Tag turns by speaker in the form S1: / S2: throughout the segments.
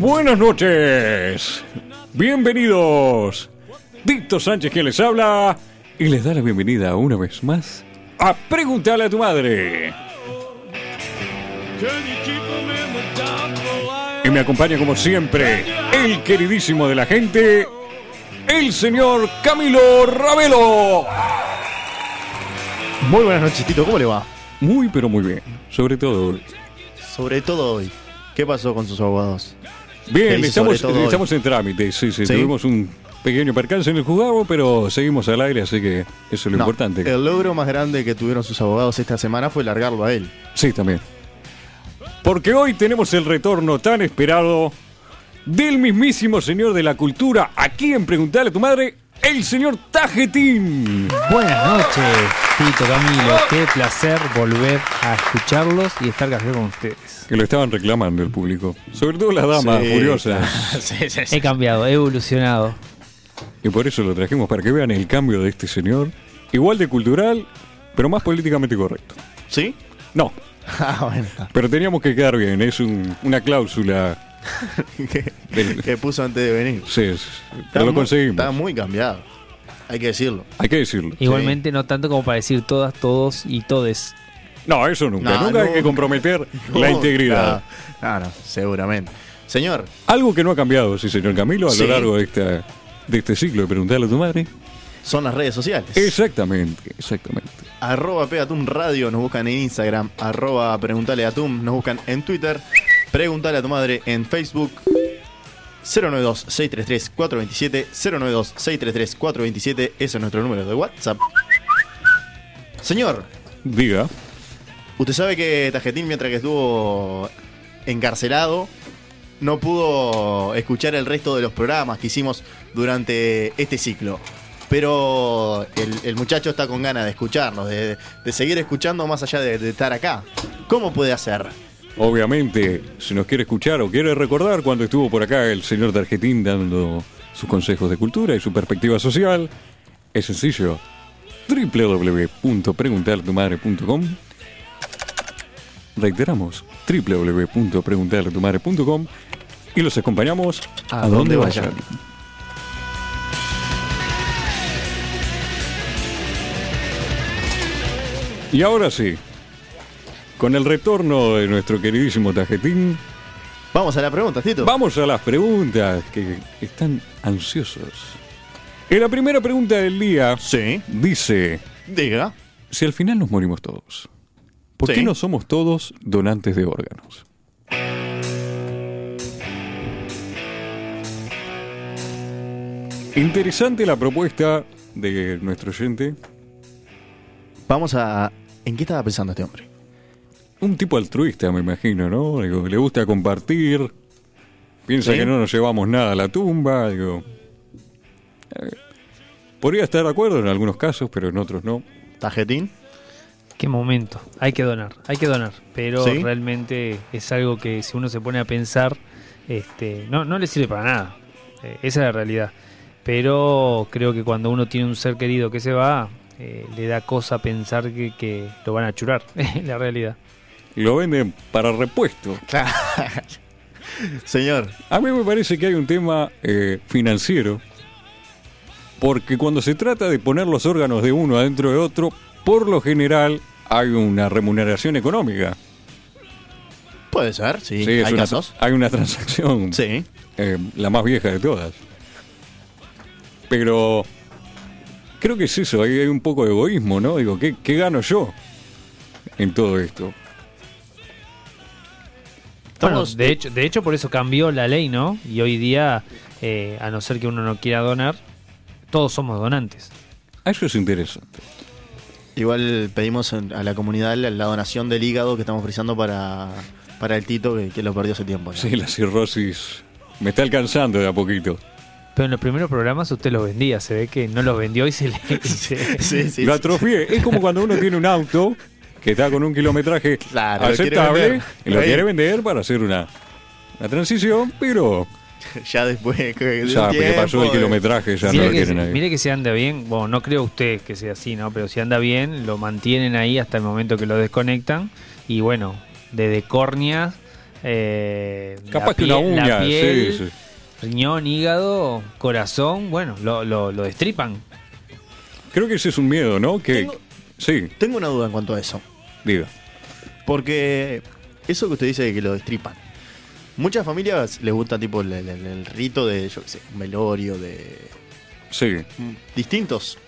S1: Buenas noches, bienvenidos. Víctor Sánchez quien les habla y les da la bienvenida una vez más a Preguntarle a tu madre. Y me acompaña como siempre el queridísimo de la gente, el señor Camilo Ravelo.
S2: Muy buenas noches, Tito. ¿Cómo le va?
S1: Muy pero muy bien, sobre todo hoy.
S2: Sobre todo hoy. ¿Qué pasó con sus abogados?
S1: Bien,
S2: Feliz
S1: estamos,
S2: sobre todo
S1: estamos en trámite, sí, sí,
S2: Sí.
S1: Tuvimos un pequeño percance en el juzgado, pero seguimos al aire, así que eso es lo
S2: No,
S1: importante.
S2: El logro más grande que tuvieron sus abogados esta semana fue largarlo a él.
S1: Sí, también. Porque hoy tenemos el retorno tan esperado del mismísimo señor de la cultura, aquí en Preguntarle a tu madre, el señor Tajetín.
S3: Buenas noches, Tito Camilo. Qué placer volver a escucharlos y estar café con ustedes.
S1: Que lo estaban reclamando el público. Sobre todo las damas
S2: Sí.
S1: curiosas.
S2: sí, sí,
S3: He cambiado, he evolucionado.
S1: Y por eso lo trajimos, para que vean el cambio de este señor. Igual de cultural, pero más políticamente correcto.
S2: ¿Sí?
S1: No,
S2: Ah, bueno.
S1: pero teníamos que quedar bien. Es un- una cláusula.
S2: que,
S1: Del-
S2: que puso antes de venir.
S1: Sí, es- pero
S2: Está
S1: lo
S2: mu- Está
S1: conseguimos.
S2: muy cambiado. Hay que decirlo.
S1: Hay que decirlo.
S3: Igualmente, no tanto como para decir todas, todos y todes.
S1: No, eso nunca.
S2: No,
S1: nunca hay que
S2: nunca.
S1: comprometer la
S2: No,
S1: integridad.
S2: Ah, No, no, seguramente. Señor,
S1: Algo que no ha cambiado, sí, señor Camilo, a
S2: Sí.
S1: lo largo de, esta, de este ciclo de preguntarle a tu madre.
S2: son las redes sociales.
S1: Exactamente, exactamente.
S2: Arroba Pegatum Radio, nos buscan en Instagram. Arroba Preguntale a Tum, nos buscan en Twitter. Preguntale a tu madre en Facebook. 092-633-427. 092-633-427. Ese es nuestro número de WhatsApp. Señor,
S1: Diga,
S2: usted sabe que Tajetín, mientras que estuvo encarcelado, no pudo escuchar el resto de los programas que hicimos durante este ciclo. Pero el, el muchacho está con ganas de escucharnos, de, de seguir escuchando más allá de, de estar acá. ¿Cómo puede hacer?
S1: obviamente, si nos quiere escuchar o quiere recordar cuando estuvo por acá el señor Tarjetín dando sus consejos de cultura y su perspectiva social, es sencillo. www.preguntartumadre.com Reiteramos, www.preguntartumadre.com y los acompañamos
S2: A donde vayan.
S1: Y ahora sí, con el retorno de nuestro queridísimo Tajetín,
S2: Vamos a la pregunta, Tito.
S1: vamos a las preguntas que están ansiosos. En la primera pregunta del día
S2: Sí,
S1: dice,
S2: diga.
S1: si al final nos morimos todos, ¿por
S2: Sí.
S1: qué no somos todos donantes de órganos? Interesante la propuesta de nuestro oyente,
S2: Vamos a... ¿En qué estaba pensando este hombre?
S1: un tipo altruista me imagino, ¿no? Digo, le gusta compartir, piensa
S2: Sí.
S1: que no nos llevamos nada a la tumba, digo... eh, Podría estar de acuerdo en algunos casos, pero en otros no.
S2: ¿Tajetín?
S3: Qué momento. Hay que donar, hay que donar. Pero
S2: Sí.
S3: realmente es algo que si uno se pone a pensar, este, no, no le sirve para nada. Eh, esa es la realidad. Pero creo que cuando uno tiene un ser querido que se va, eh, le da cosa pensar que, que lo van a churar. la realidad.
S1: Lo venden para repuesto.
S2: Señor,
S1: A mí me parece que hay un tema eh, financiero, porque cuando se trata de poner los órganos de uno adentro de otro, por lo general hay una remuneración económica.
S2: puede ser, sí.
S1: es
S2: ¿Hay
S1: una,
S2: casos?
S1: hay una transacción,
S2: Sí.
S1: eh, la más vieja de todas. Pero creo que es eso, hay, hay un poco de egoísmo, ¿no? Digo, ¿qué, qué gano yo en todo esto?
S3: Bueno,
S2: Estamos-
S3: de hecho, de hecho por eso cambió la ley, ¿no? Y hoy día, eh, a no ser que uno no quiera donar, todos somos donantes.
S1: Ah, Eso es interesante.
S2: Igual pedimos en- a la comunidad la, la donación del hígado que estamos frisando para, para el Tito que, que lo perdió hace tiempo. ¿no?
S1: Sí, la cirrosis me está alcanzando de a poquito.
S3: Pero en los primeros programas usted los vendía, se ve que no los vendió y se le... y se-
S2: sí, sí.
S1: lo
S2: sí.
S1: atrofié. Es como cuando uno tiene un auto que está con un kilometraje
S2: Claro, lo quiere
S1: aceptable
S2: vender.
S1: y lo
S2: Sí.
S1: quiere vender para hacer una, una transición, pero
S2: ya después que- de un
S1: Ya, porque pasó el
S2: tiempo, eh,
S1: kilometraje, ya no
S3: Mira
S1: lo
S3: que, se-
S1: quieren ahí.
S3: mira que se anda bien, bueno, no creo usted que sea así, ¿no? Pero si anda bien, lo mantienen ahí hasta el momento que lo desconectan. Y bueno, desde córneas, eh, la
S1: Capaz que
S3: pie-
S1: una
S3: la
S1: uña,
S3: piel,
S1: sí, sí.
S3: riñón, hígado, corazón, bueno, lo, lo, lo destripan.
S1: Creo que ese es un miedo, ¿no? Que
S2: Tengo-
S1: sí,
S2: eh. Tengo una duda en cuanto a eso.
S1: diga.
S2: Porque eso que usted dice de que lo destripan. Muchas familias les gusta tipo el, el- el- el rito de, yo qué sé, un velorio, de.
S1: Sí.
S2: mm, distintos.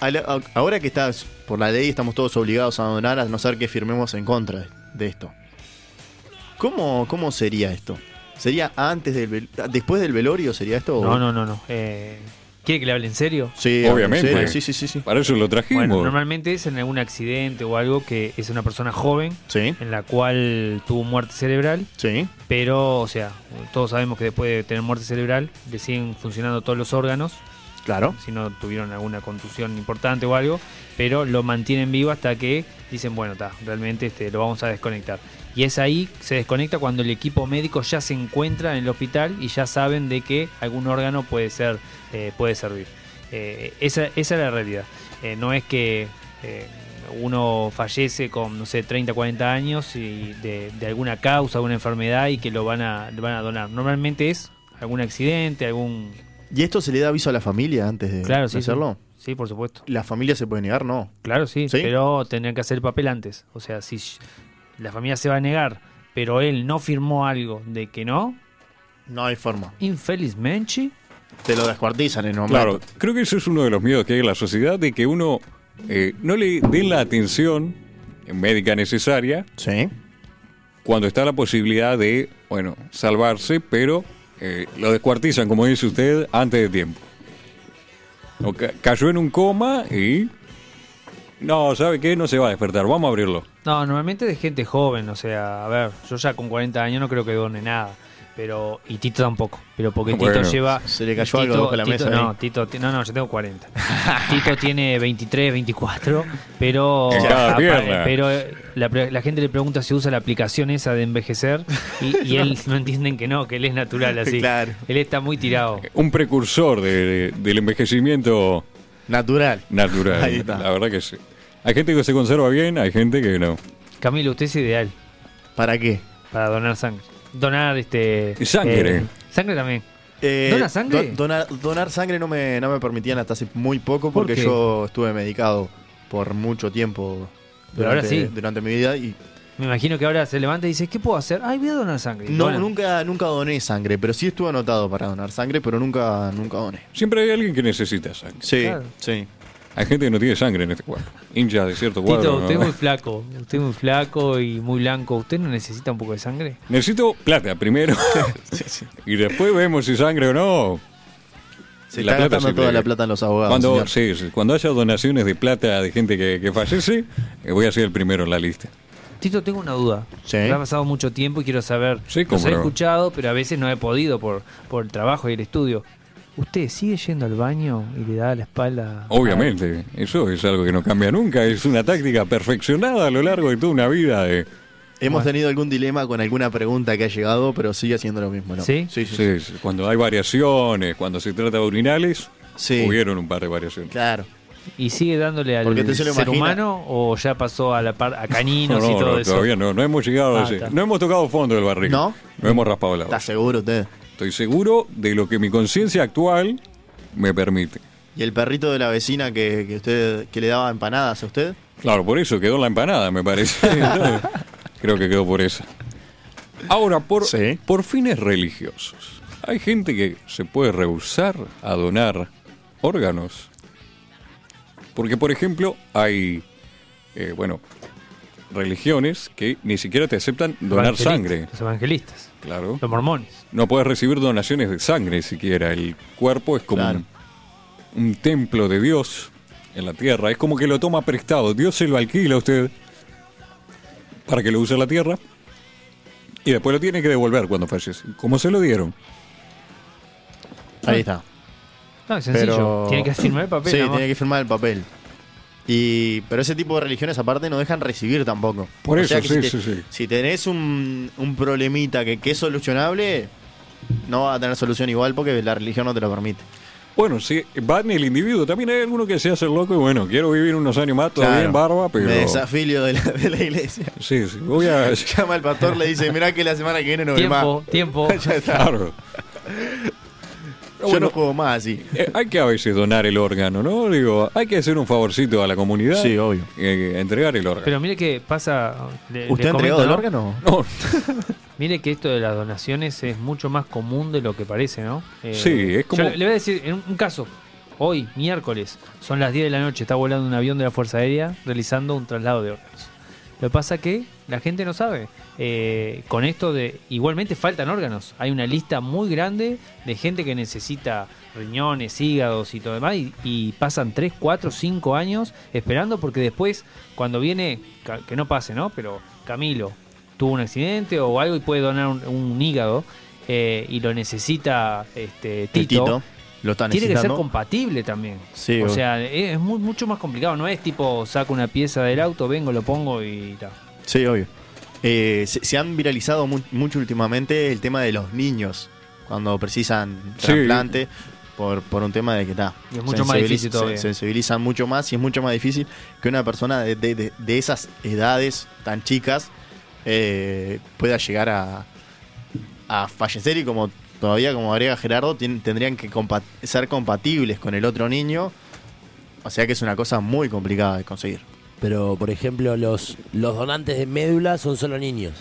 S2: A la- a- ahora que estás por la ley, estamos todos obligados a donar, a no ser que firmemos en contra de- de esto. ¿Cómo, cómo sería esto? ¿Sería antes del vel- después del velorio? ¿Sería esto?
S3: No, no, no, no. Eh, ¿Quiere que le hable en serio?
S2: Sí,
S1: Obviamente.
S2: en serio, Sí, sí, sí, sí.
S1: Para eso lo trajimos.
S3: Bueno, normalmente es en algún accidente o algo que es una persona joven
S2: Sí,
S3: en la cual tuvo muerte cerebral
S2: sí.
S3: pero, o sea, todos sabemos que después de tener muerte cerebral le siguen funcionando todos los órganos,
S2: Claro.
S3: si no tuvieron alguna contusión importante o algo, pero lo mantienen vivo hasta que dicen, bueno, está, realmente este, lo vamos a desconectar. Y es ahí, se desconecta cuando el equipo médico ya se encuentra en el hospital y ya saben de que algún órgano puede ser, eh, puede servir. Eh, esa, esa es la realidad. Eh, no es que eh, uno fallece con, no sé, 30, 40 años y de, de alguna causa, alguna enfermedad y que lo van a, lo van a donar. Normalmente es algún accidente, algún...
S2: ¿Y esto se le da aviso a la familia antes de,
S3: Claro,
S2: de
S3: sí, sí.
S2: hacerlo?
S3: Sí, por supuesto.
S2: ¿La familia se puede negar? No.
S3: Claro, sí,
S2: ¿Sí?
S3: pero tendrían que hacer el papel antes. O sea, si sh- la familia se va a negar, pero él no firmó algo de que no,
S2: No hay forma.
S3: infelizmente,
S2: Te lo descuartizan en un
S1: Claro,
S2: momento.
S1: creo que eso es uno de los miedos que hay en la sociedad, de que uno eh, no le dé la atención médica necesaria
S2: Sí.
S1: cuando está la posibilidad de, bueno, salvarse, pero eh, lo descuartizan, como dice usted, antes de tiempo. O ca- cayó en un coma y... No, ¿sabe qué? No se va a despertar, vamos a abrirlo.
S3: No, normalmente de gente joven, o sea, a ver, yo ya con 40 años no creo que done nada, pero y Tito tampoco, pero porque
S1: Bueno,
S3: Tito lleva
S2: se le cayó algo
S3: Tito-
S2: bajo la
S3: Tito-
S2: mesa ¿eh? ahí.
S3: No, Tito, ti- no, no, yo tengo 40. Tito tiene 23, 24, pero
S1: En cada
S3: apa-
S1: pierna.
S3: pero eh, la, pre- la gente le pregunta si usa la aplicación esa de envejecer y, y él no entienden que no, que él es natural así.
S2: Claro. Eh,
S3: Él está muy tirado.
S1: Un precursor de- de- del envejecimiento
S2: Natural.
S1: natural.
S2: Ahí está.
S1: La verdad que sí. Hay gente que se conserva bien, hay gente que no.
S2: eh.
S3: Camilo, usted es ideal
S2: ¿Para qué?
S3: para donar sangre. Donar este
S1: Y sangre.
S3: sangre también.
S2: Eh,
S3: ¿Dona sangre?
S2: don- donar, donar sangre no me, no me permitían hasta hace muy poco
S3: ¿Por
S2: porque
S3: qué?
S2: yo estuve medicado por mucho tiempo
S3: Pero ahora
S2: durante,
S3: sí.
S2: durante mi vida y
S3: Me imagino que ahora se levanta y dice, ¿qué puedo hacer? Ay, voy a donar sangre.
S2: no,
S3: Donan.
S2: nunca, nunca doné sangre, pero sí estuve anotado para donar sangre, pero nunca, nunca doné.
S1: Siempre hay alguien que necesita sangre.
S2: Sí,
S3: Claro.
S2: sí.
S1: Hay gente que no tiene sangre en este cuerpo. Hincha de cierto cuadro.
S3: Tito,
S1: ¿no?
S3: usted es muy flaco, usted es muy flaco y muy blanco. ¿Usted no necesita un poco de sangre?
S1: Necesito plata primero. y después vemos si sangre o no.
S2: Se
S1: La
S2: está
S1: plata
S2: gastando
S1: se
S2: toda
S1: le-
S2: la plata en los abogados.
S1: Cuando,
S2: señor.
S1: sí, sí, cuando haya donaciones de plata de gente que, que fallece, eh, voy a ser el primero en la lista.
S3: Tito, tengo una duda.
S2: Sí.
S3: Me ha pasado mucho tiempo y quiero saber.
S1: Sí,
S3: Los
S1: cómo
S3: he
S1: no.
S3: escuchado, pero a veces no he podido por, por el trabajo y el estudio. ¿Usted sigue yendo al baño y le da la espalda?
S2: Oh.
S1: Obviamente, eso es algo que no cambia nunca. Es una táctica perfeccionada a lo largo de toda una vida. de-
S2: Hemos tenido algún dilema con alguna pregunta que ha llegado, pero sigue haciendo lo mismo, ¿no?
S3: ¿Sí?
S2: Sí, sí. sí.
S1: sí, sí, cuando hay variaciones, cuando se trata de urinales,
S2: Sí.
S1: hubieron un par de variaciones.
S2: Claro.
S3: ¿Y sigue dándole al
S2: Porque usted se lo
S3: ser
S2: imagina.
S3: humano o ya pasó a la par, a
S1: No,
S3: caninos
S1: no,
S3: y todo
S1: no,
S3: eso?
S1: todavía no, no hemos llegado a
S3: Ah,
S1: ese-
S3: está.
S1: No hemos tocado fondo del barril.
S2: ¿No?
S1: No hemos raspado la
S2: ¿Está
S1: boca.
S2: seguro usted?
S1: Estoy seguro de lo que mi conciencia actual me permite.
S2: ¿Y el perrito de la vecina que, que usted que le daba empanadas a usted?
S1: Claro, por eso quedó en la empanada, me parece. Entonces, Creo que quedó por eso. Ahora, por,
S2: Sí.
S1: por fines religiosos, hay gente que se puede rehusar a donar órganos. Porque, por ejemplo, hay, eh, bueno, religiones que ni siquiera te aceptan donar
S3: Evangelistas,
S1: sangre.
S3: Los evangelistas,
S1: Claro.
S3: los mormones.
S1: No puedes recibir donaciones de sangre siquiera. El cuerpo es como
S2: Claro.
S1: un, un templo de Dios en la tierra. Es como que lo toma prestado. Dios se lo alquila a usted para que lo use en la tierra. Y después lo tiene que devolver cuando fallece. Como se lo dieron.
S3: Ah.
S2: Ahí está.
S3: No, es sencillo.
S2: Pero-
S3: Tiene que firmar el papel.
S2: Sí,
S3: nada más.
S2: tiene que firmar el papel. Y, pero ese tipo de religiones aparte no dejan recibir tampoco.
S1: Por eso,
S2: que
S1: sí,
S2: si,
S1: sí, sí.
S2: si tenés un, un problemita que, que es solucionable, no va a tener solución igual porque la religión no te lo permite.
S1: Bueno, sí, va en el individuo. También hay alguno que se hace loco y bueno, quiero vivir unos años más, todavía en barba, pero.
S2: Me desafío de la, de la iglesia.
S1: Sí, sí, voy a.
S2: Llama al pastor, le dice, mirá que la semana que viene no ve más.
S3: Tiempo, tiempo.
S2: Ya está.
S1: Claro.
S2: Yo no juego más así.
S1: Eh, hay que a veces donar el órgano, ¿no? Digo, hay que hacer un favorcito a la comunidad.
S2: Sí, obvio.
S1: Y hay que entregar el órgano.
S3: Pero mire que pasa. le-
S2: ¿Usted
S3: Eh, le
S2: ha entregado
S3: comento,
S2: el
S3: ¿no?
S2: órgano?
S1: No,
S3: Mire que esto de las donaciones es mucho más común de lo que parece, ¿no? Eh,
S1: Sí, es como-
S3: yo le le voy a decir, en un- un caso, hoy, miércoles, son las 10 de la noche, está volando un avión de la Fuerza Aérea realizando un traslado de órganos. Lo que pasa que la gente no sabe. Eh, con esto de. Igualmente faltan órganos. Hay una lista muy grande de gente que necesita riñones, hígados y todo demás. Y, y pasan 3, 4, 5 años esperando porque después, cuando viene. ca- Que no pase, ¿no? Pero Camilo tuvo un accidente o algo y puede donar un, un hígado eh, y lo necesita este,
S2: El
S3: Tito.
S2: Lo están
S3: Tiene que ser
S2: necesitando.
S3: compatible también.
S2: Sí,
S3: o
S2: obvio.
S3: sea, es, es mu- mucho más complicado. No es tipo saco una pieza del auto, vengo, lo pongo y ta.
S2: Sí, obvio. Eh, se, se han viralizado mu- mucho últimamente el tema de los niños cuando precisan
S1: Sí.
S2: trasplante por, por un tema de que está.
S3: Y es mucho más difícil todavía.
S2: sensibilizan mucho más y es mucho más difícil que una persona de, de- de- de esas edades tan chicas eh, pueda llegar a, a fallecer y como todavía como agrega Gerardo tien- tendrían que compa- ser compatibles con el otro niño. O sea que es una cosa muy complicada de conseguir.
S4: Pero, por ejemplo, los, los donantes de médula son solo niños.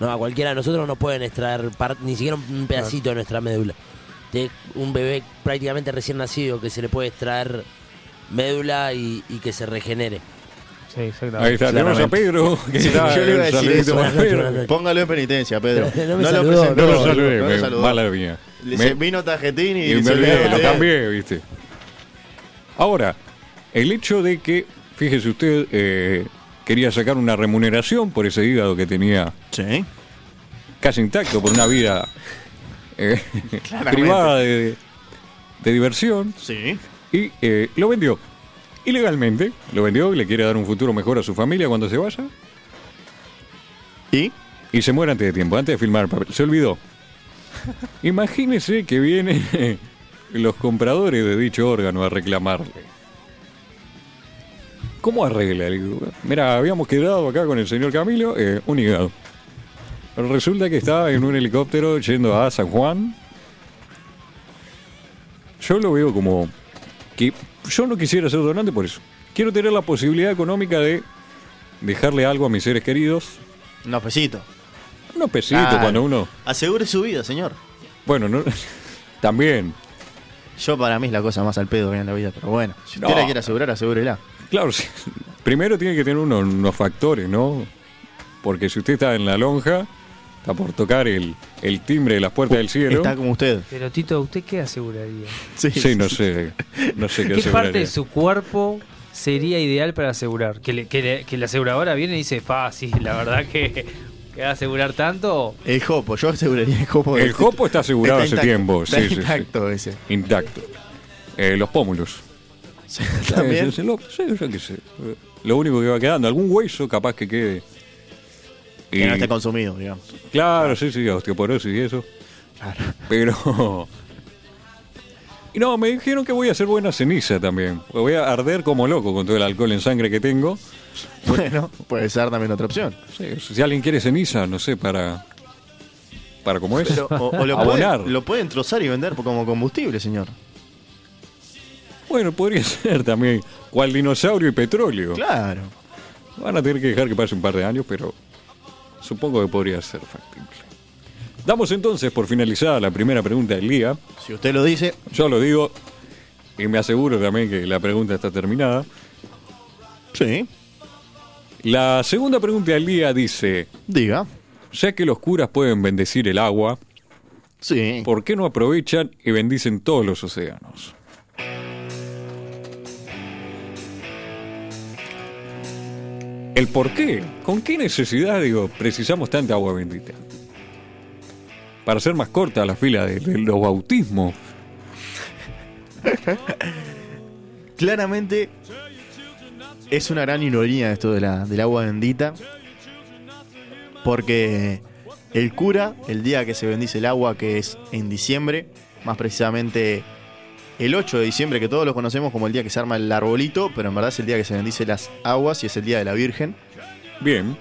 S4: No, a cualquiera de nosotros no pueden extraer par- ni siquiera un pedacito de nuestra médula. De un bebé prácticamente recién nacido que se le puede extraer médula y, y que se regenere.
S3: Sí,
S1: ahí
S3: exactamente.
S1: está, tenemos a
S2: Claramente.
S1: Pedro. Que
S2: Sí,
S1: está
S2: yo le iba a
S1: el
S2: decir
S1: saludito
S2: eso.
S1: para Pedro.
S2: Póngalo en penitencia, Pedro.
S4: No me
S2: lo
S4: saludó,
S2: presentó,
S1: No
S4: No,
S1: lo saludé,
S2: no
S1: Eh, me-
S2: saludó.
S1: mala mía.
S2: Le
S1: Me-
S2: se- vino Tajetín y,
S1: y
S2: se
S1: me
S2: olvidó
S1: olvidé,
S2: de
S1: lo
S2: él.
S1: cambié, ¿viste? Ahora, el hecho de que, fíjese usted, eh, quería sacar una remuneración por ese hígado que tenía
S2: Sí.
S1: casi intacto por una vida eh,
S2: Claramente.
S1: privada de, de diversión
S2: Sí.
S1: y eh, lo vendió ilegalmente, lo vendió y le quiere dar un futuro mejor a su familia cuando se vaya
S2: ¿Y?
S1: y se muere antes de tiempo, antes de filmar el papel, se olvidó. Imagínese que vienen los compradores de dicho órgano a reclamarle. ¿Cómo arregla? Le digo, Mira, habíamos quedado acá con el señor Camilo, eh, un hígado. Resulta que estaba en un helicóptero yendo a San Juan. Yo lo veo como que yo no quisiera ser donante por eso. Quiero tener la posibilidad económica de dejarle algo a mis seres queridos.
S2: Unos pesitos.
S1: Unos pesitos
S2: Claro.
S1: cuando uno.
S2: Asegure su vida, señor.
S1: Bueno, no, también.
S2: Yo para mí es la cosa más al pedo que hay en la vida, pero bueno. Si usted
S1: No.
S2: la quiere asegurar, asegúrela.
S1: Claro, sí. primero tiene que tener uno- unos factores, ¿no? Porque si usted está en la lonja, está por tocar el, el timbre de las puertas del cielo.
S2: Está como usted.
S3: Pero Tito, ¿usted qué aseguraría?
S1: Sí, no sé. No sé qué,
S3: ¿Qué parte
S1: aseguraría.
S3: de su cuerpo sería ideal para asegurar? Que, le- que, le- que la aseguradora viene y dice, pa, sí, la verdad que, que asegurar tanto.
S2: El jopo, yo aseguraría el jopo.
S1: El jopo está asegurado
S2: Está
S1: hace
S2: intacto,
S1: tiempo,
S2: Está
S1: sí, sí, sí.
S2: intacto ese.
S1: Intacto. Eh, los pómulos.
S2: También.
S1: Eh, sí, lo, sí, yo qué sé. Eh, Lo único que va quedando, algún hueso capaz que quede. Y-
S2: Que no esté consumido, digamos.
S1: Claro, sí, sí, osteoporosis y eso. Pero. Y no, me dijeron que voy a hacer buena ceniza también. Voy a arder como loco con todo el alcohol en sangre que tengo.
S2: Bueno, puede ser también otra opción.
S1: Sí, Si alguien quiere ceniza, no sé, para. Para cómo es.
S2: Pero, o, o lo,
S1: Abonar.
S2: pueden, lo pueden trozar y vender como combustible, señor.
S1: Bueno, podría ser también. Cual dinosaurio y petróleo.
S2: Claro.
S1: Van a tener que dejar que pase un par de años, pero supongo que podría ser factible. Damos entonces por finalizada la primera pregunta del día.
S2: Si usted lo dice,
S1: Yo lo digo y me aseguro también que la pregunta está terminada.
S2: sí,
S1: La segunda pregunta del día dice,
S2: diga.
S1: ya que los curas pueden bendecir el agua,
S2: Sí.
S1: ¿por qué no aprovechan y bendicen todos los océanos? ¿El por qué? ¿Con qué necesidad, digo, precisamos tanta agua bendita? Para ser más corta la fila de, de los bautismos.
S2: Claramente es una gran ironía esto de la, del agua bendita. Porque el cura, el día que se bendice el agua, que es en diciembre, más precisamente el 8 de diciembre, que todos lo conocemos como el día que se arma el arbolito, pero en verdad es el día que se bendice las aguas y es el día de la Virgen.
S1: Bien.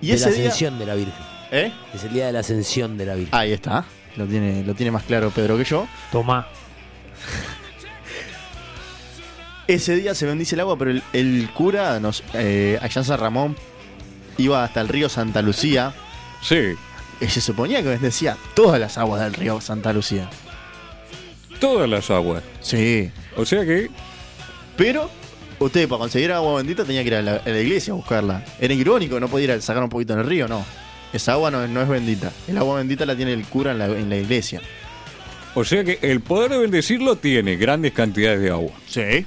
S2: Y
S4: de
S2: ese
S4: la
S2: día.
S4: ascensión de la Virgen.
S2: ¿Eh?
S4: Es el día de la ascensión de la
S3: Ah,
S4: Virgen.
S2: Ahí está. Lo tiene, lo tiene más claro Pedro que yo.
S3: Tomá.
S2: Ese día se bendice el agua, pero el, el cura, nos, eh, allá en San Ramón, iba hasta el río Santa Lucía.
S1: Sí.
S2: Y se suponía que bendecía todas las aguas del río Santa Lucía.
S1: Todas las aguas.
S2: Sí.
S1: O sea que
S2: Pero usted para conseguir agua bendita tenía que ir a la, a la iglesia a buscarla. Era irónico, no podía ir a sacar un poquito en el río, no. Esa agua no, no es bendita. El agua bendita la tiene el cura en la, en la iglesia.
S1: O sea que el poder de bendecirlo tiene grandes cantidades de agua.
S2: Sí.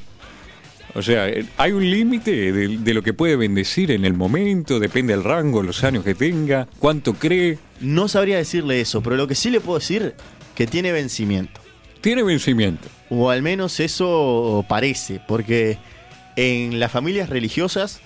S1: O sea, eh, hay un límite de, de lo que puede bendecir en el momento, depende del rango, los años que tenga, cuánto cree.
S2: No sabría decirle eso, pero lo que sí le puedo decir que tiene vencimiento.
S1: Tiene vencimiento.
S2: O al menos eso parece, porque en las familias religiosas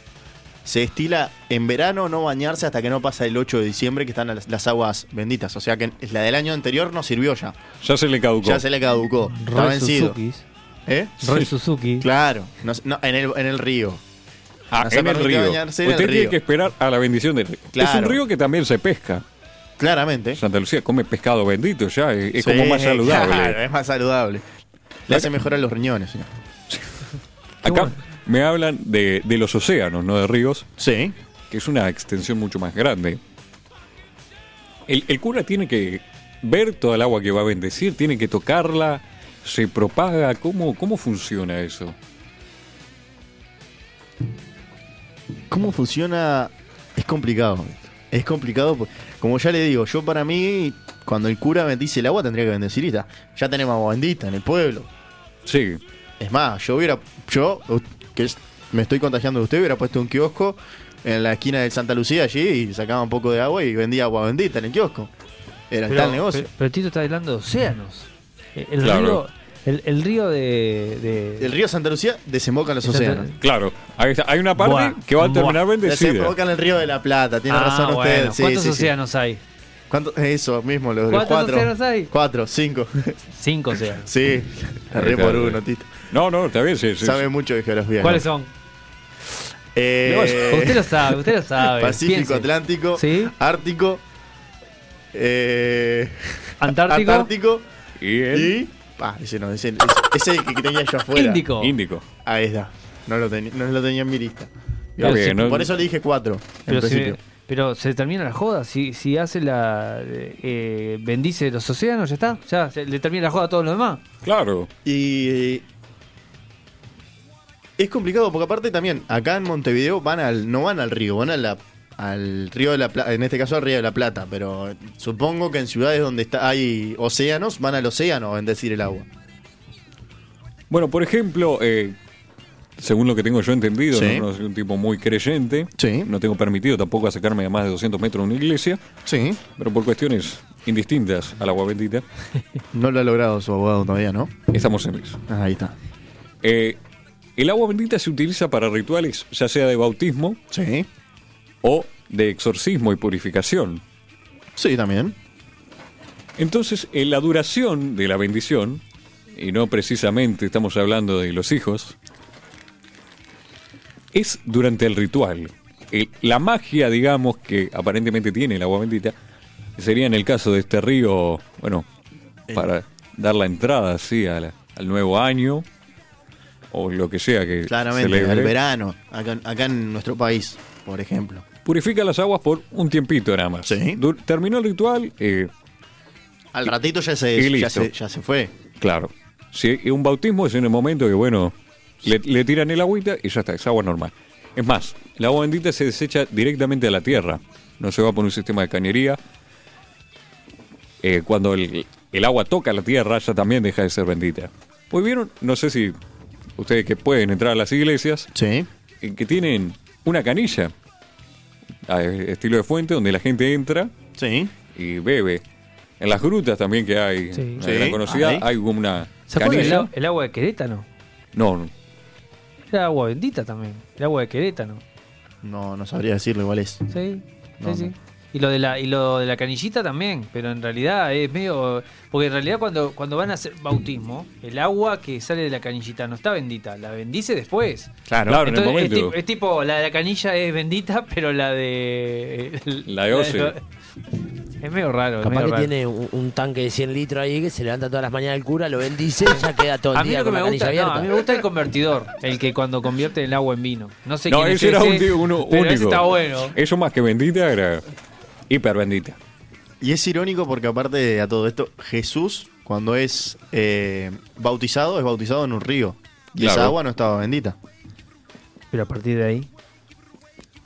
S2: se estila en verano no bañarse hasta que no pasa el 8 de diciembre, que están las, las aguas benditas. O sea que la del año anterior no sirvió ya.
S1: Ya se le caducó.
S2: Ya se le caducó. Está
S3: Roy
S2: vencido.
S3: Suzukis.
S2: ¿Eh?
S3: Roy Suzuki.
S2: Claro, no sé- no, en, el, en el río.
S1: Ah,
S2: no se
S1: en el
S2: permite
S1: río.
S2: bañarse
S1: Usted
S2: en el
S1: tiene
S2: río.
S1: que esperar a la bendición del río. Es
S2: Claro.
S1: un río que también se pesca.
S2: Claramente.
S1: Santa Lucía come pescado bendito ya, es, es
S2: Sí,
S1: como más saludable.
S2: Claro, es más saludable. Le hace mejorar los riñones, señor.
S1: Acá
S3: bueno.
S1: me hablan de, de los océanos, no de ríos,
S2: Sí.
S1: que es una extensión mucho más grande. El, el cura tiene que ver toda el agua que va a bendecir, tiene que tocarla, se propaga. ¿Cómo, cómo funciona eso?
S2: ¿Cómo funciona? Es complicado. Es complicado. po- Como ya le digo, yo para mí, cuando el cura bendice el agua, tendría que bendecir y ya, ya tenemos agua bendita en el pueblo.
S1: Sí,
S2: Es más, yo hubiera. Yo, u- que es- me estoy contagiando de usted, hubiera puesto un kiosco en la esquina de Santa Lucía allí y sacaba un poco de agua y vendía agua bendita en el kiosco. Era tal negocio.
S3: pero- pero Tito está hablando de océanos. Eh, El
S1: Claro.
S3: río, el, el río de, de-
S2: el río Santa Lucía desemboca en los
S3: Santa-
S2: océanos.
S1: claro. Ahí está. Hay una parte
S3: Buah,
S1: que va a terminar
S3: buah.
S1: bendecida.
S2: Desemboca en el río de la Plata, tiene
S3: Ah,
S2: razón
S3: bueno.
S2: usted. sí,
S3: ¿Cuántos
S2: sí, sí.
S3: océanos hay?
S2: ¿Cuánto- Eso mismo, los, los
S3: ¿Cuántos
S2: cuatro.
S3: océanos hay?
S2: Cuatro, cinco.
S3: Cinco océanos.
S2: sí,
S1: Ahí
S2: re
S1: está,
S2: por
S1: ahí.
S2: uno, Tito.
S1: No, no, está bien. sí, sí,
S2: Sabe
S1: sí.
S2: mucho de geografía.
S3: ¿Cuáles
S2: ¿no?
S3: son?
S2: Eh,
S3: No, usted lo sabe, usted lo sabe.
S2: Pacífico,
S3: Piense.
S2: Atlántico,
S3: Sí.
S2: Ártico, eh,
S3: Antártico.
S2: Antártico
S1: Y el
S2: y. Ah, ese no, ese, ese- ese es el que tenía yo afuera.
S3: Índico.
S1: Índico.
S2: Ahí está. No lo, teni- no lo tenía en mi lista.
S1: Está
S3: Pero
S1: bien,
S3: si-
S1: ¿no?
S2: Por eso le dije cuatro. En
S3: Pero, si-
S2: principio.
S3: pero se termina la joda. Si, si hace la. eh, bendice los océanos, ya está. Ya se- le termina la joda a todo lo demás.
S1: Claro.
S2: Y. eh, Es complicado porque, aparte, también acá en Montevideo van al, no van al río, van a la- al río de la Plata, en este caso al río de la Plata, pero supongo que en ciudades donde está, hay océanos van al océano a bendecir el agua.
S1: Bueno, por ejemplo, eh, según lo que tengo yo entendido,
S2: Sí.
S1: no, No soy un tipo muy creyente.
S2: Sí.
S1: No tengo permitido tampoco acercarme a más de 200 metros de una iglesia,
S2: Sí.
S1: pero por cuestiones indistintas al agua bendita,
S2: No lo ha logrado su abogado todavía, ¿no?
S1: estamos en eso.
S2: Ah, Ahí está.
S1: Eh, el agua bendita se utiliza para rituales, ya sea de bautismo
S2: Sí.
S1: o de exorcismo y purificación.
S2: Sí, también.
S1: Entonces, en la duración de la bendición, y no precisamente estamos hablando de los hijos, es durante el ritual. El- la magia, digamos, que aparentemente tiene el agua bendita, sería en el caso de este río, bueno, para dar la entrada así a la- al nuevo año, o lo que sea que
S2: Claramente,
S1: celebre.
S2: al verano, acá, acá en nuestro país, por ejemplo.
S1: Purifica las aguas por un tiempito nada más.
S2: Sí.
S1: Du- terminó el ritual, eh,
S2: Al ratito ya
S1: Y
S2: se, ya
S1: listo.
S2: se, ya se fue.
S1: Claro. Si un bautismo es en el momento que, bueno, le, le tiran el agüita y ya está, es agua normal. Es más, el agua bendita se desecha directamente a la tierra. No se va por un sistema de cañería. Eh, cuando el, el agua toca la tierra, ya también deja de ser bendita. Pues vieron, no sé si ustedes que pueden entrar a las iglesias,
S2: Sí.
S1: eh, que tienen una canilla, ah, eh, estilo de fuente, donde la gente entra
S2: Sí.
S1: y bebe. En las grutas también que hay,
S3: Sí.
S1: una
S2: Sí,
S1: gran conocida,
S2: ahí.
S1: hay como una
S3: ¿Se acuerdan el,
S1: canilla.
S3: a- el agua de Querétano?
S1: No, no.
S3: Era agua bendita también. El agua de Querétano.
S2: No, no sabría decirlo, igual es.
S3: ¿Sí?
S1: No,
S3: sí,
S1: no.
S3: sí. Y lo de la, y lo de la canillita también, pero en realidad es medio. Porque en realidad cuando, cuando van a hacer bautismo, el agua que sale de la canillita no está bendita, la bendice después.
S1: Claro, claro, en el
S3: Entonces, es,
S1: momento.
S3: tipo, es tipo, la de la canilla es bendita, pero la de.
S1: La de Ose.
S3: es medio raro. es
S4: Capaz
S3: medio
S4: que
S3: raro.
S4: tiene un, un tanque de 100 litros ahí que se levanta todas las mañanas el cura, lo bendice y ya queda todo
S3: A
S4: el
S3: mí,
S4: día
S3: lo que
S4: con
S3: me
S4: la canilla
S3: gusta, no,
S4: abierta.
S3: a mí me gusta el convertidor, el que cuando convierte el agua en vino. No sé
S1: No,
S3: quién es
S1: ese era un
S3: ese,
S1: tío uno
S3: pero
S1: único.
S3: ese está bueno.
S1: Eso más que bendita era hiper bendita.
S2: Y es irónico porque aparte a todo esto, Jesús cuando es eh, bautizado es bautizado en un río. Y esa
S1: Claro.
S2: agua no estaba bendita.
S3: Pero a partir de ahí.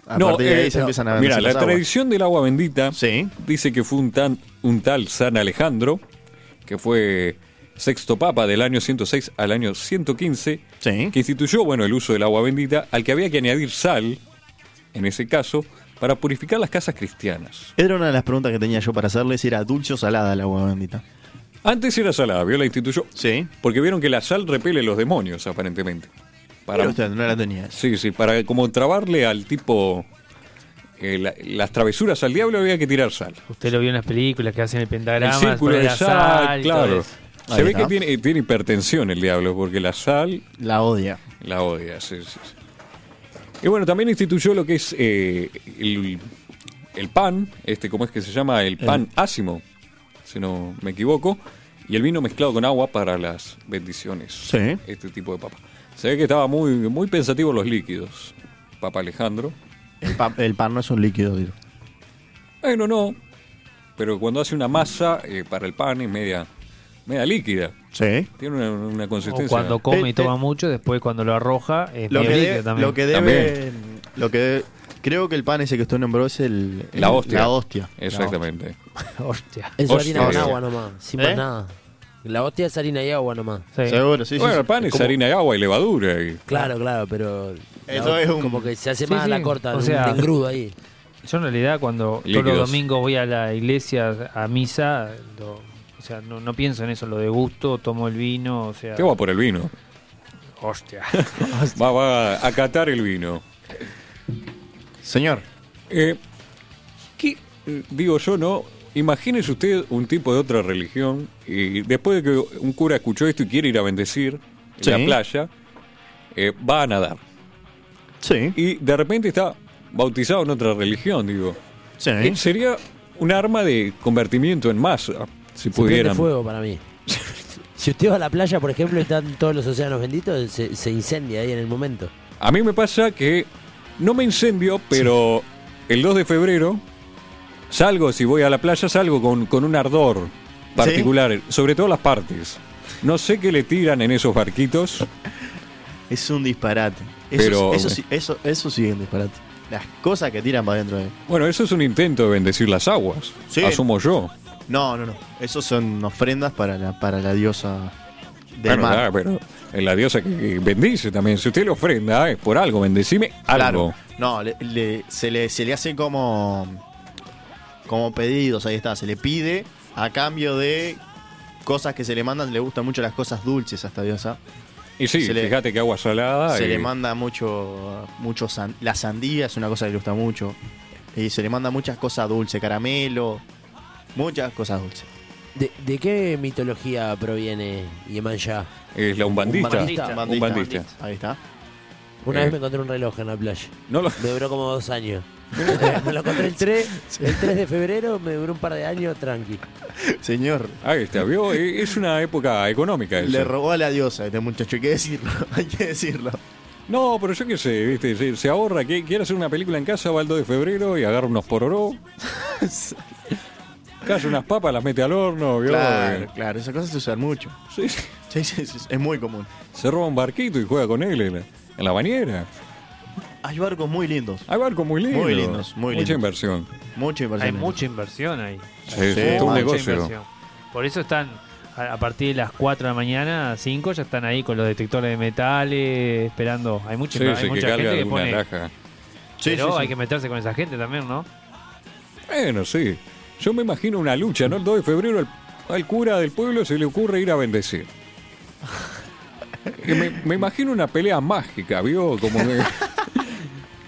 S2: A
S1: No,
S2: partir de ahí
S1: eh,
S2: se empiezan a
S1: Mira,
S2: bendecir
S1: la
S2: las aguas.
S1: tradición del agua bendita
S2: Sí.
S1: dice que fue un, tan- un tal San Alejandro, que fue sexto papa del año 106 al año 115,
S2: Sí.
S1: que instituyó bueno, el uso del agua bendita, al que había que añadir sal, en ese caso, para purificar las casas cristianas.
S2: Era una de las preguntas que tenía yo para hacerles, era dulce o salada el agua bendita.
S1: Antes era salada, vio la instituyó,
S2: Sí.
S1: porque vieron que la sal repele los demonios, aparentemente.
S2: Pero usted no la tenía.
S1: Sí, sí, para como trabarle al tipo eh, la- las travesuras al diablo había que tirar sal.
S3: Usted lo vio en las películas que hacen el pentagrama,
S1: el círculo
S3: ponen
S1: de
S3: la
S1: sal,
S3: sal y todo
S1: claro.
S3: eso.
S1: Se
S2: Ahí
S1: ve
S2: está.
S1: que tiene, tiene hipertensión el diablo, porque la sal
S2: La odia.
S1: la odia. sí, sí, sí. Y bueno, también instituyó lo que es eh, el, el pan, este, ¿cómo es que se llama? El pan ácimo, si no me equivoco, y el vino mezclado con agua para las bendiciones.
S2: Sí.
S1: Este tipo de papa. Se ve que estaba muy, muy pensativo los líquidos, Papa Alejandro.
S2: El, pa- el pan no es un líquido, digo.
S1: Bueno, no. Pero cuando hace una masa eh, para el pan es media, media líquida.
S2: Sí.
S1: Tiene una, una consistencia.
S3: O cuando come
S4: Este-
S2: Eh,
S3: y toma
S2: eh.
S3: mucho, después cuando lo arroja, es
S2: Lo que,
S3: medio líquido
S2: debe-
S3: también.
S2: lo que debe. Lo que debe- Creo que el pan ese que usted nombró es el. el-
S1: La hostia.
S2: La hostia.
S1: Exactamente.
S3: Hostia.
S4: Eso es
S1: Hostia.
S4: harina con agua nomás, sin
S2: ¿Eh?
S4: más nada. La hostia es harina y agua nomás.
S3: Sí.
S2: Seguro, sí, sí,
S1: bueno,
S2: sí.
S1: el pan es
S2: Como-
S1: harina y agua y levadura. y-
S4: Claro, claro, pero. la
S2: Eso
S4: hostia
S2: es un-
S4: Como que se hace
S3: Sí,
S4: más
S3: sí,
S4: la corta,
S3: o
S4: un
S3: sea-
S4: engrudo ahí.
S3: Yo en realidad cuando todos
S1: Líquidos.
S3: los domingos voy a la iglesia a misa, lo- o sea, no, no pienso en eso, lo degusto, tomo el vino, o sea,
S1: ¿Qué va por el vino?
S3: hostia.
S1: Va, va a catar el vino.
S2: Señor.
S1: Eh, ¿Qué eh, digo yo, no? Imagínese usted un tipo de otra religión y después de que un cura escuchó esto y quiere ir a bendecir en
S2: Sí.
S1: la playa, eh, va a nadar.
S2: Sí.
S1: Y de repente está bautizado en otra religión, digo.
S2: Sí.
S1: Eh, Sería un arma de convertimiento en masa, si
S4: Se prende
S1: pudieran.
S4: fuego para mí. Si usted va a la playa, por ejemplo, y están todos los océanos benditos, se, se incendia ahí en el momento.
S1: A mí me pasa que no me incendio, pero el 2 de febrero salgo, si voy a la playa, salgo con, con un ardor particular, sobre todo las partes. No sé qué le tiran en esos barquitos.
S2: Es un disparate. Eso,
S1: Pero-
S2: eso, sí- eso, eso sí es un disparate. Las cosas que tiran para adentro eh. de.
S1: Bueno, eso es un intento de bendecir las aguas,
S2: Sí.
S1: asumo yo.
S2: No, no, no. Esos son ofrendas para la, para la diosa del
S1: Bueno,
S2: mar.
S1: ah, pero en la diosa que- que bendice también. Si usted le ofrenda, es por algo, bendecime algo.
S2: Claro. No, le- le- se, le, se le hace como. Como pedidos, ahí está. Se le pide a cambio de cosas que se le mandan. Le gustan mucho las cosas dulces a esta diosa.
S1: Y sí,
S2: Se le-
S1: fíjate que agua salada.
S2: se
S1: y-
S2: le manda mucho. mucho san- la sandía es una cosa que le gusta mucho. Y se le manda muchas cosas dulces, caramelo. Muchas cosas dulces.
S4: ¿De, de qué mitología proviene Yemanjá?
S1: Es la umbandista.
S4: Umbandista.
S1: Un bandista.
S2: Ahí está.
S4: Una
S1: Eh.
S4: vez me encontré un reloj en la playa.
S1: No lo-
S4: Me duró como dos años. me lo encontré el 3, el 3 de febrero, me duró un par de años tranqui.
S2: Señor,
S1: Ahí está, vio. E- Es una época económica. esa.
S2: le robó a la diosa este muchacho. Hay que decirlo. Hay que decirlo.
S1: No, pero yo qué sé, viste, se, se ahorra. que Quiere hacer una película en casa, va el 2 de febrero y agarra unos pororó. Calla unas papas, las mete al horno, vio. eh,
S2: Claro, claro. Esas cosas se usan mucho.
S1: Sí, sí.
S2: Sí, sí, sí, es muy común.
S1: Se roba un barquito y juega con él en la, en la bañera.
S2: Hay barcos muy lindos.
S1: Hay barcos muy lindos.
S2: Muy lindos, muy
S1: Mucha
S2: lindos.
S1: inversión.
S2: Mucha inversión.
S3: Hay
S2: en
S3: mucha inversión ahí.
S1: Sí, es
S2: Sí,
S1: todo un
S2: mucha
S1: negocio.
S3: Por eso están a, a partir de las 4 de la mañana, 5, ya están ahí con los detectores de metales, esperando. Hay mucha,
S1: Sí,
S3: hay
S1: sí, que
S3: mucha
S1: carga
S3: gente que
S1: alguna
S3: pone...
S1: laja.
S2: eso. Sí,
S3: pero
S2: sí, sí.
S3: hay que meterse con esa gente también, ¿no?
S1: Bueno, sí. Yo me imagino una lucha, ¿no? El 2 de febrero al, al cura del pueblo se le ocurre ir a bendecir. Y Me, me imagino una pelea mágica, ¿vio? Como que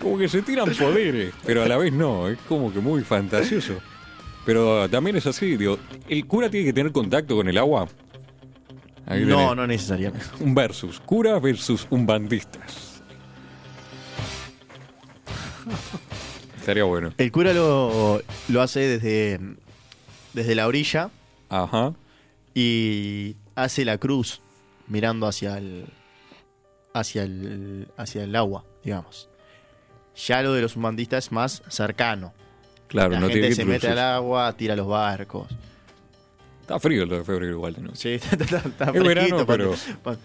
S1: Como que se tiran poderes, pero a la vez no, es como que muy fantasioso. Pero también es así, digo, el cura tiene que tener contacto con el agua. Ahí
S2: No,
S1: tenés.
S2: no necesariamente.
S1: Un versus, curas versus umbandistas. Estaría bueno.
S2: El cura lo, lo hace desde, desde la orilla
S1: Ajá.
S2: y hace la cruz mirando hacia el, hacia el, hacia el agua, digamos. Ya lo de los humantistas es más cercano.
S1: Claro,
S2: la
S1: no
S2: gente
S1: tiene que
S2: se mete
S1: introducirse.
S2: al agua, tira los barcos.
S1: Está frío el 2 de febrero igual. ¿no?
S2: Sí, está, está- está
S1: Es verano,
S2: fresquito,
S1: pero-
S2: pa-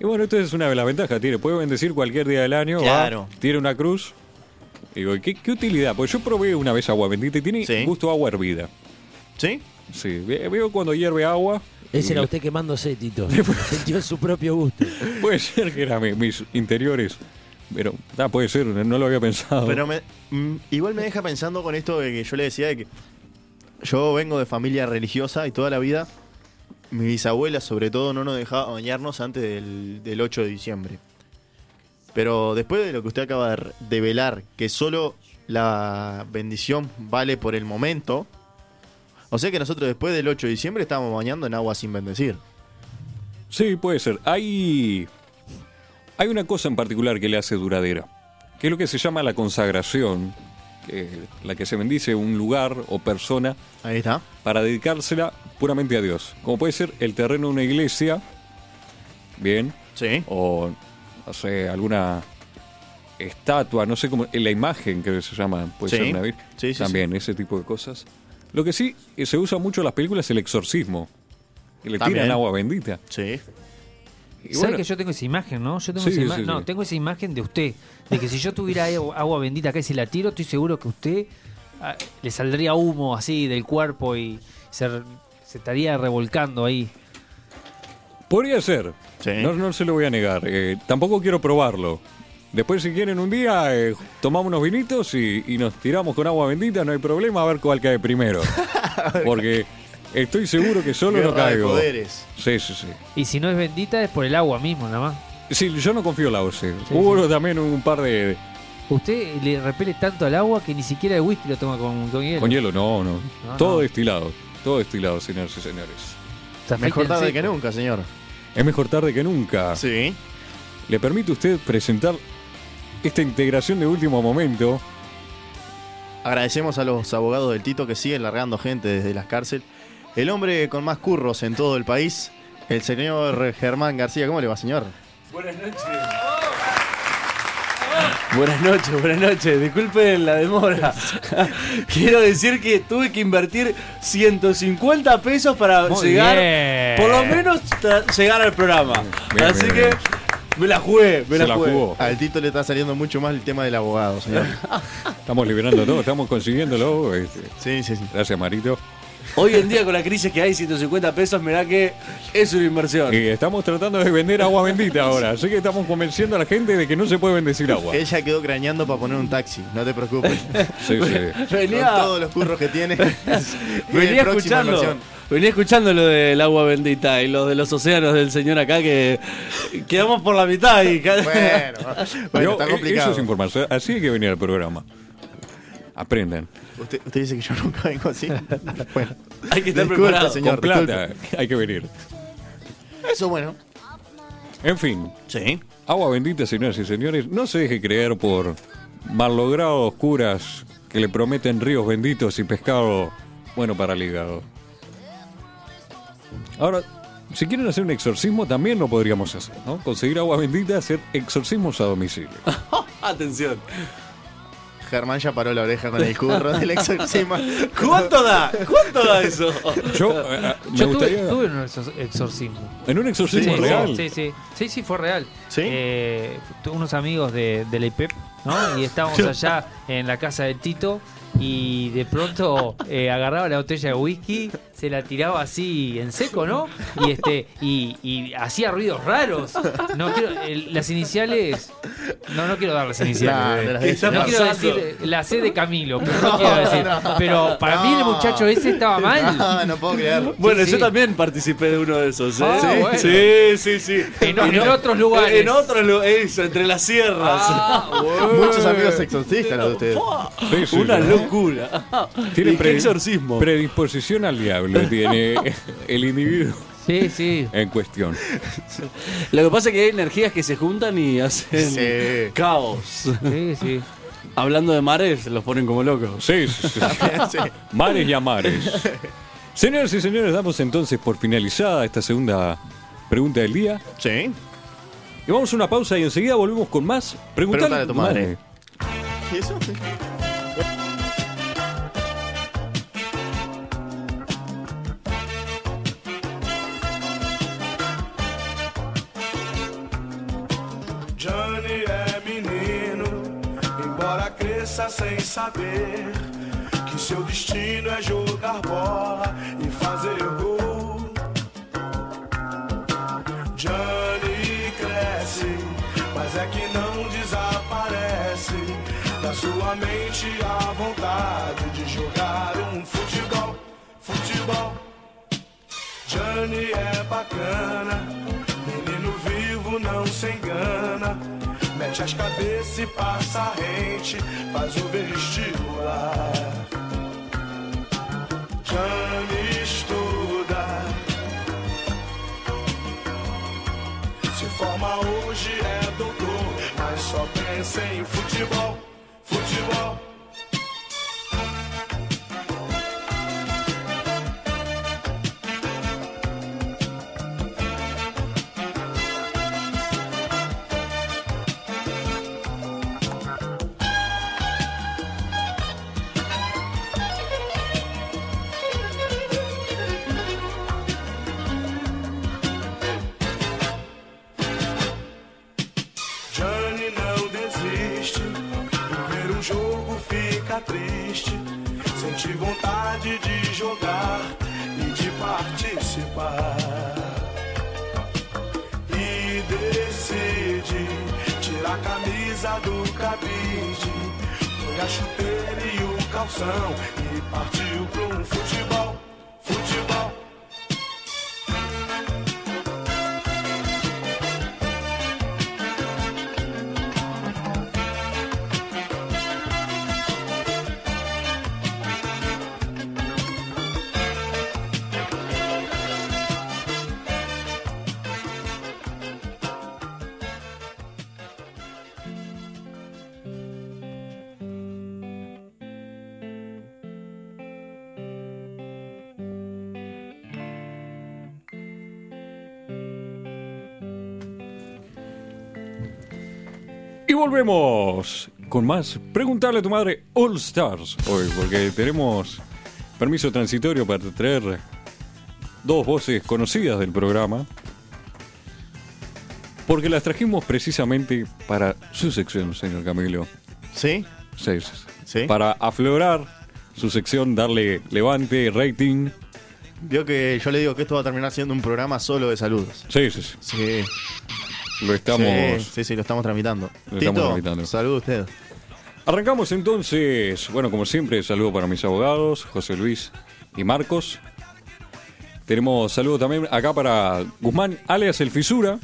S1: Y bueno, esto es una de las ventajas. Tiene, puede bendecir cualquier día del año. va,
S2: Claro.
S1: tiene una cruz. Digo, ¿qué, qué utilidad? Pues yo probé una vez agua bendita y tiene
S2: Sí.
S1: gusto a agua hervida.
S2: ¿Sí?
S1: Sí, ve- veo cuando hierve agua.
S4: Ese era usted quemándose, Tito. Sintió su propio gusto.
S1: Puede ser que eran mis interiores. Pero, ah, puede ser, no lo había pensado.
S2: Pero me- mm, igual me deja pensando con esto de que yo le decía de que yo vengo de familia religiosa y toda la vida mi bisabuela sobre todo no nos dejaba bañarnos antes del, del 8 de diciembre. Pero después de lo que usted acaba de re- de velar, que solo la bendición vale por el momento, o sea que nosotros después del 8 de diciembre estábamos bañando en agua sin bendecir.
S1: Sí, puede ser. Hay, hay una cosa en particular que le hace duradera, que es lo que se llama la consagración, que, la que se bendice un lugar o persona
S2: Ahí está.
S1: para dedicársela puramente a Dios, como puede ser el terreno de una iglesia, bien,
S2: Sí.
S1: o no sé, alguna estatua, no sé cómo, eh, la imagen que se llama, puede
S2: Sí.
S1: ser una vir-
S2: Sí, sí, sí.
S1: también ese tipo de cosas. Lo que sí eh, se usa mucho en las películas es el exorcismo, que le
S2: También.
S1: tiran agua bendita.
S2: Sí.
S1: Y
S3: ¿Sabes
S1: bueno,
S3: que yo tengo esa imagen, no? Yo tengo
S1: Sí,
S3: esa ima-
S1: sí, sí.
S3: No, tengo esa imagen de usted. De que si yo tuviera agua, agua bendita acá y se la tiro, estoy seguro que usted ah, le saldría humo así del cuerpo y se, re- se estaría revolcando ahí.
S1: Podría ser.
S2: Sí.
S1: No, no se lo voy a negar. Eh, tampoco quiero probarlo. Después, si quieren, un día eh, tomamos unos vinitos y, y nos tiramos con agua bendita, no hay problema, a ver cuál cae primero. Porque estoy seguro que solo no
S2: Guerra de
S1: caigo.
S2: poderes.
S1: Sí, sí, sí.
S3: Y si no es bendita, es por el agua mismo, nada más.
S1: Sí, yo no confío en la OCE.
S3: Sí,
S1: Hubo también un par de.
S3: Usted le repele tanto al agua que ni siquiera el whisky lo toma con, con hielo.
S1: Con hielo, no, no.
S3: No,
S1: todo
S3: no.
S1: destilado. Todo destilado, señores y señores.
S3: Se afeita
S2: Mejor
S3: el
S2: tarde
S3: seco.
S2: que nunca, señor.
S1: Es mejor tarde que nunca.
S2: Ah. Sí.
S1: ¿Le permite usted presentar esta integración de último momento?
S2: Agradecemos a los abogados del Tito que siguen largando gente desde las cárceles. El hombre con más curros en todo el país, el señor Germán García. ¿Cómo le va, señor?
S5: Em, Buenas noches, buenas noches. Disculpen la demora. Quiero decir que tuve que invertir 150 pesos para
S3: Muy
S5: llegar,
S3: bien.
S5: por lo menos tra- llegar al programa.
S1: Bien,
S5: Así
S1: bien,
S5: que
S1: bien.
S5: me la jugué, me
S1: Se
S5: la
S1: la
S5: jugué.
S1: jugó.
S2: Al Tito le está saliendo mucho más el tema del abogado, señor.
S1: Estamos liberando todo, estamos consiguiéndolo. este.
S2: Sí, sí, sí.
S1: Gracias, Marito.
S5: Hoy en día con la crisis que hay, 150 pesos, mirá que es una inversión.
S1: Y Eh, estamos tratando de vender agua bendita ahora, así que estamos convenciendo a la gente de que no se puede bendecir agua.
S2: Ella quedó craneando para poner un taxi, no te preocupes.
S1: Sí, sí.
S2: Con
S5: Venía,
S2: todos los curros que tiene.
S5: venía escuchando. Venía escuchando lo del agua bendita y lo de los océanos del señor acá que quedamos por la mitad y ca-
S2: Bueno, bueno
S1: Yo-
S2: está
S1: e- Eso
S2: complicado.
S1: es información. Así hay que venir al programa. Aprendan.
S2: usted, usted dice que yo nunca vengo así. Bueno,
S5: hay que estar
S2: Disculpa,
S5: preparado.
S1: Con
S2: señor.
S1: plata hay que venir.
S2: eso bueno.
S1: En fin,
S2: Sí.
S1: agua bendita, señoras y señores. No se deje creer por malogrados curas que le prometen ríos benditos y pescado bueno para el hígado. Ahora, si quieren hacer un exorcismo, también lo podríamos hacer, ¿no? Conseguir agua bendita, hacer exorcismos a domicilio.
S5: Atención.
S2: Germán ya paró la oreja con el curro del exorcismo.
S5: ¿Cuánto da? ¿Cuánto da eso?
S1: Yo, eh, eh, me
S3: Yo
S1: gustaría.
S3: tuve, tuve un exor- exorcismo.
S1: En un exorcismo
S3: sí,
S1: real.
S3: Sí, sí, sí, sí, fue real.
S2: ¿Sí?
S3: Eh, tu- unos amigos de, de la IPEP, ¿no? Y estábamos allá en la casa de Tito y de pronto eh, agarraba la botella de whisky, se la tiraba así en seco, ¿no? Y este y, y hacía ruidos raros. No quiero- el- las iniciales No, no quiero dar las iniciales.
S2: Nah,
S3: bebé.
S2: no las
S5: ¿Qué está
S3: no quiero
S5: pasando?
S3: decir la C de Camilo, pero no, quiero decir. Pero para mí el
S2: No.
S3: muchacho ese estaba mal.
S2: No, no puedo creer.
S5: Bueno,
S3: sí.
S5: yo también participé de uno de esos. ¿eh?
S3: Ah,
S5: sí,
S3: bueno.
S5: sí, sí, sí.
S3: En o- en otros lugares. Ah.
S5: En otros lugares, eso, entre las sierras.
S2: Muchos amigos exorcistas los de ustedes.
S1: Sí, sí,
S5: Una
S1: sí.
S5: locura.
S1: Tiene
S5: ¿Y qué
S1: pre-
S5: exorcismo?
S1: Predisposición al diablo tiene el individuo
S3: Sí, sí.
S1: en cuestión.
S5: Lo que pasa es que hay energías que se juntan y hacen
S2: Sí.
S5: caos.
S3: Sí, sí.
S5: Hablando de mares, los ponen como locos.
S1: Sí, sí, sí. Mares y amares. Señoras y señores, damos entonces por finalizada esta segunda pregunta del día.
S2: Sí.
S1: Y vamos a una pausa y enseguida volvemos con más. Preguntar
S2: Preguntale a tu madre. ¿Y eso?
S6: Johnny é menino, embora cresça sem saber que seu destino é jogar bola e fazer gol. Johnny cresce, mas é que não desaparece da sua mente a vontade de jogar um futebol, futebol. Johnny é bacana, menino vivo não se engana. Mete as cabeças e passa a rente, faz o vestibular. Johnny estuda, se forma hoje é doutor, mas só pensa em futebol, futebol. Johnny não desiste. Por ver um jogo fica triste. Sente vontade de jogar e de participar. E decide tirar a camisa do cabide. Põe a chuteira e o calção e partiu pro futebol. Futebol.
S1: Y volvemos con más. Preguntarle a tu madre All Stars hoy, porque tenemos permiso transitorio para traer dos voces conocidas del programa. Porque las trajimos precisamente para su sección, señor Camilo.
S2: ¿Sí?
S1: Sí, sí, sí.
S2: Sí.
S1: Para aflorar su sección, darle levante, rating.
S2: Vio que yo le digo que esto va a terminar siendo un programa solo de saludos.
S1: Sí, sí, sí.
S2: Sí.
S1: Lo estamos.
S2: Sí, sí, sí, lo estamos tramitando.
S1: Lo estamos
S2: Tito,
S1: tramitando.
S2: saludo a usted.
S1: Arrancamos entonces, bueno, como siempre, saludo para mis abogados, José Luis y Marcos. Tenemos saludo también acá para Guzmán, alias El Fisura,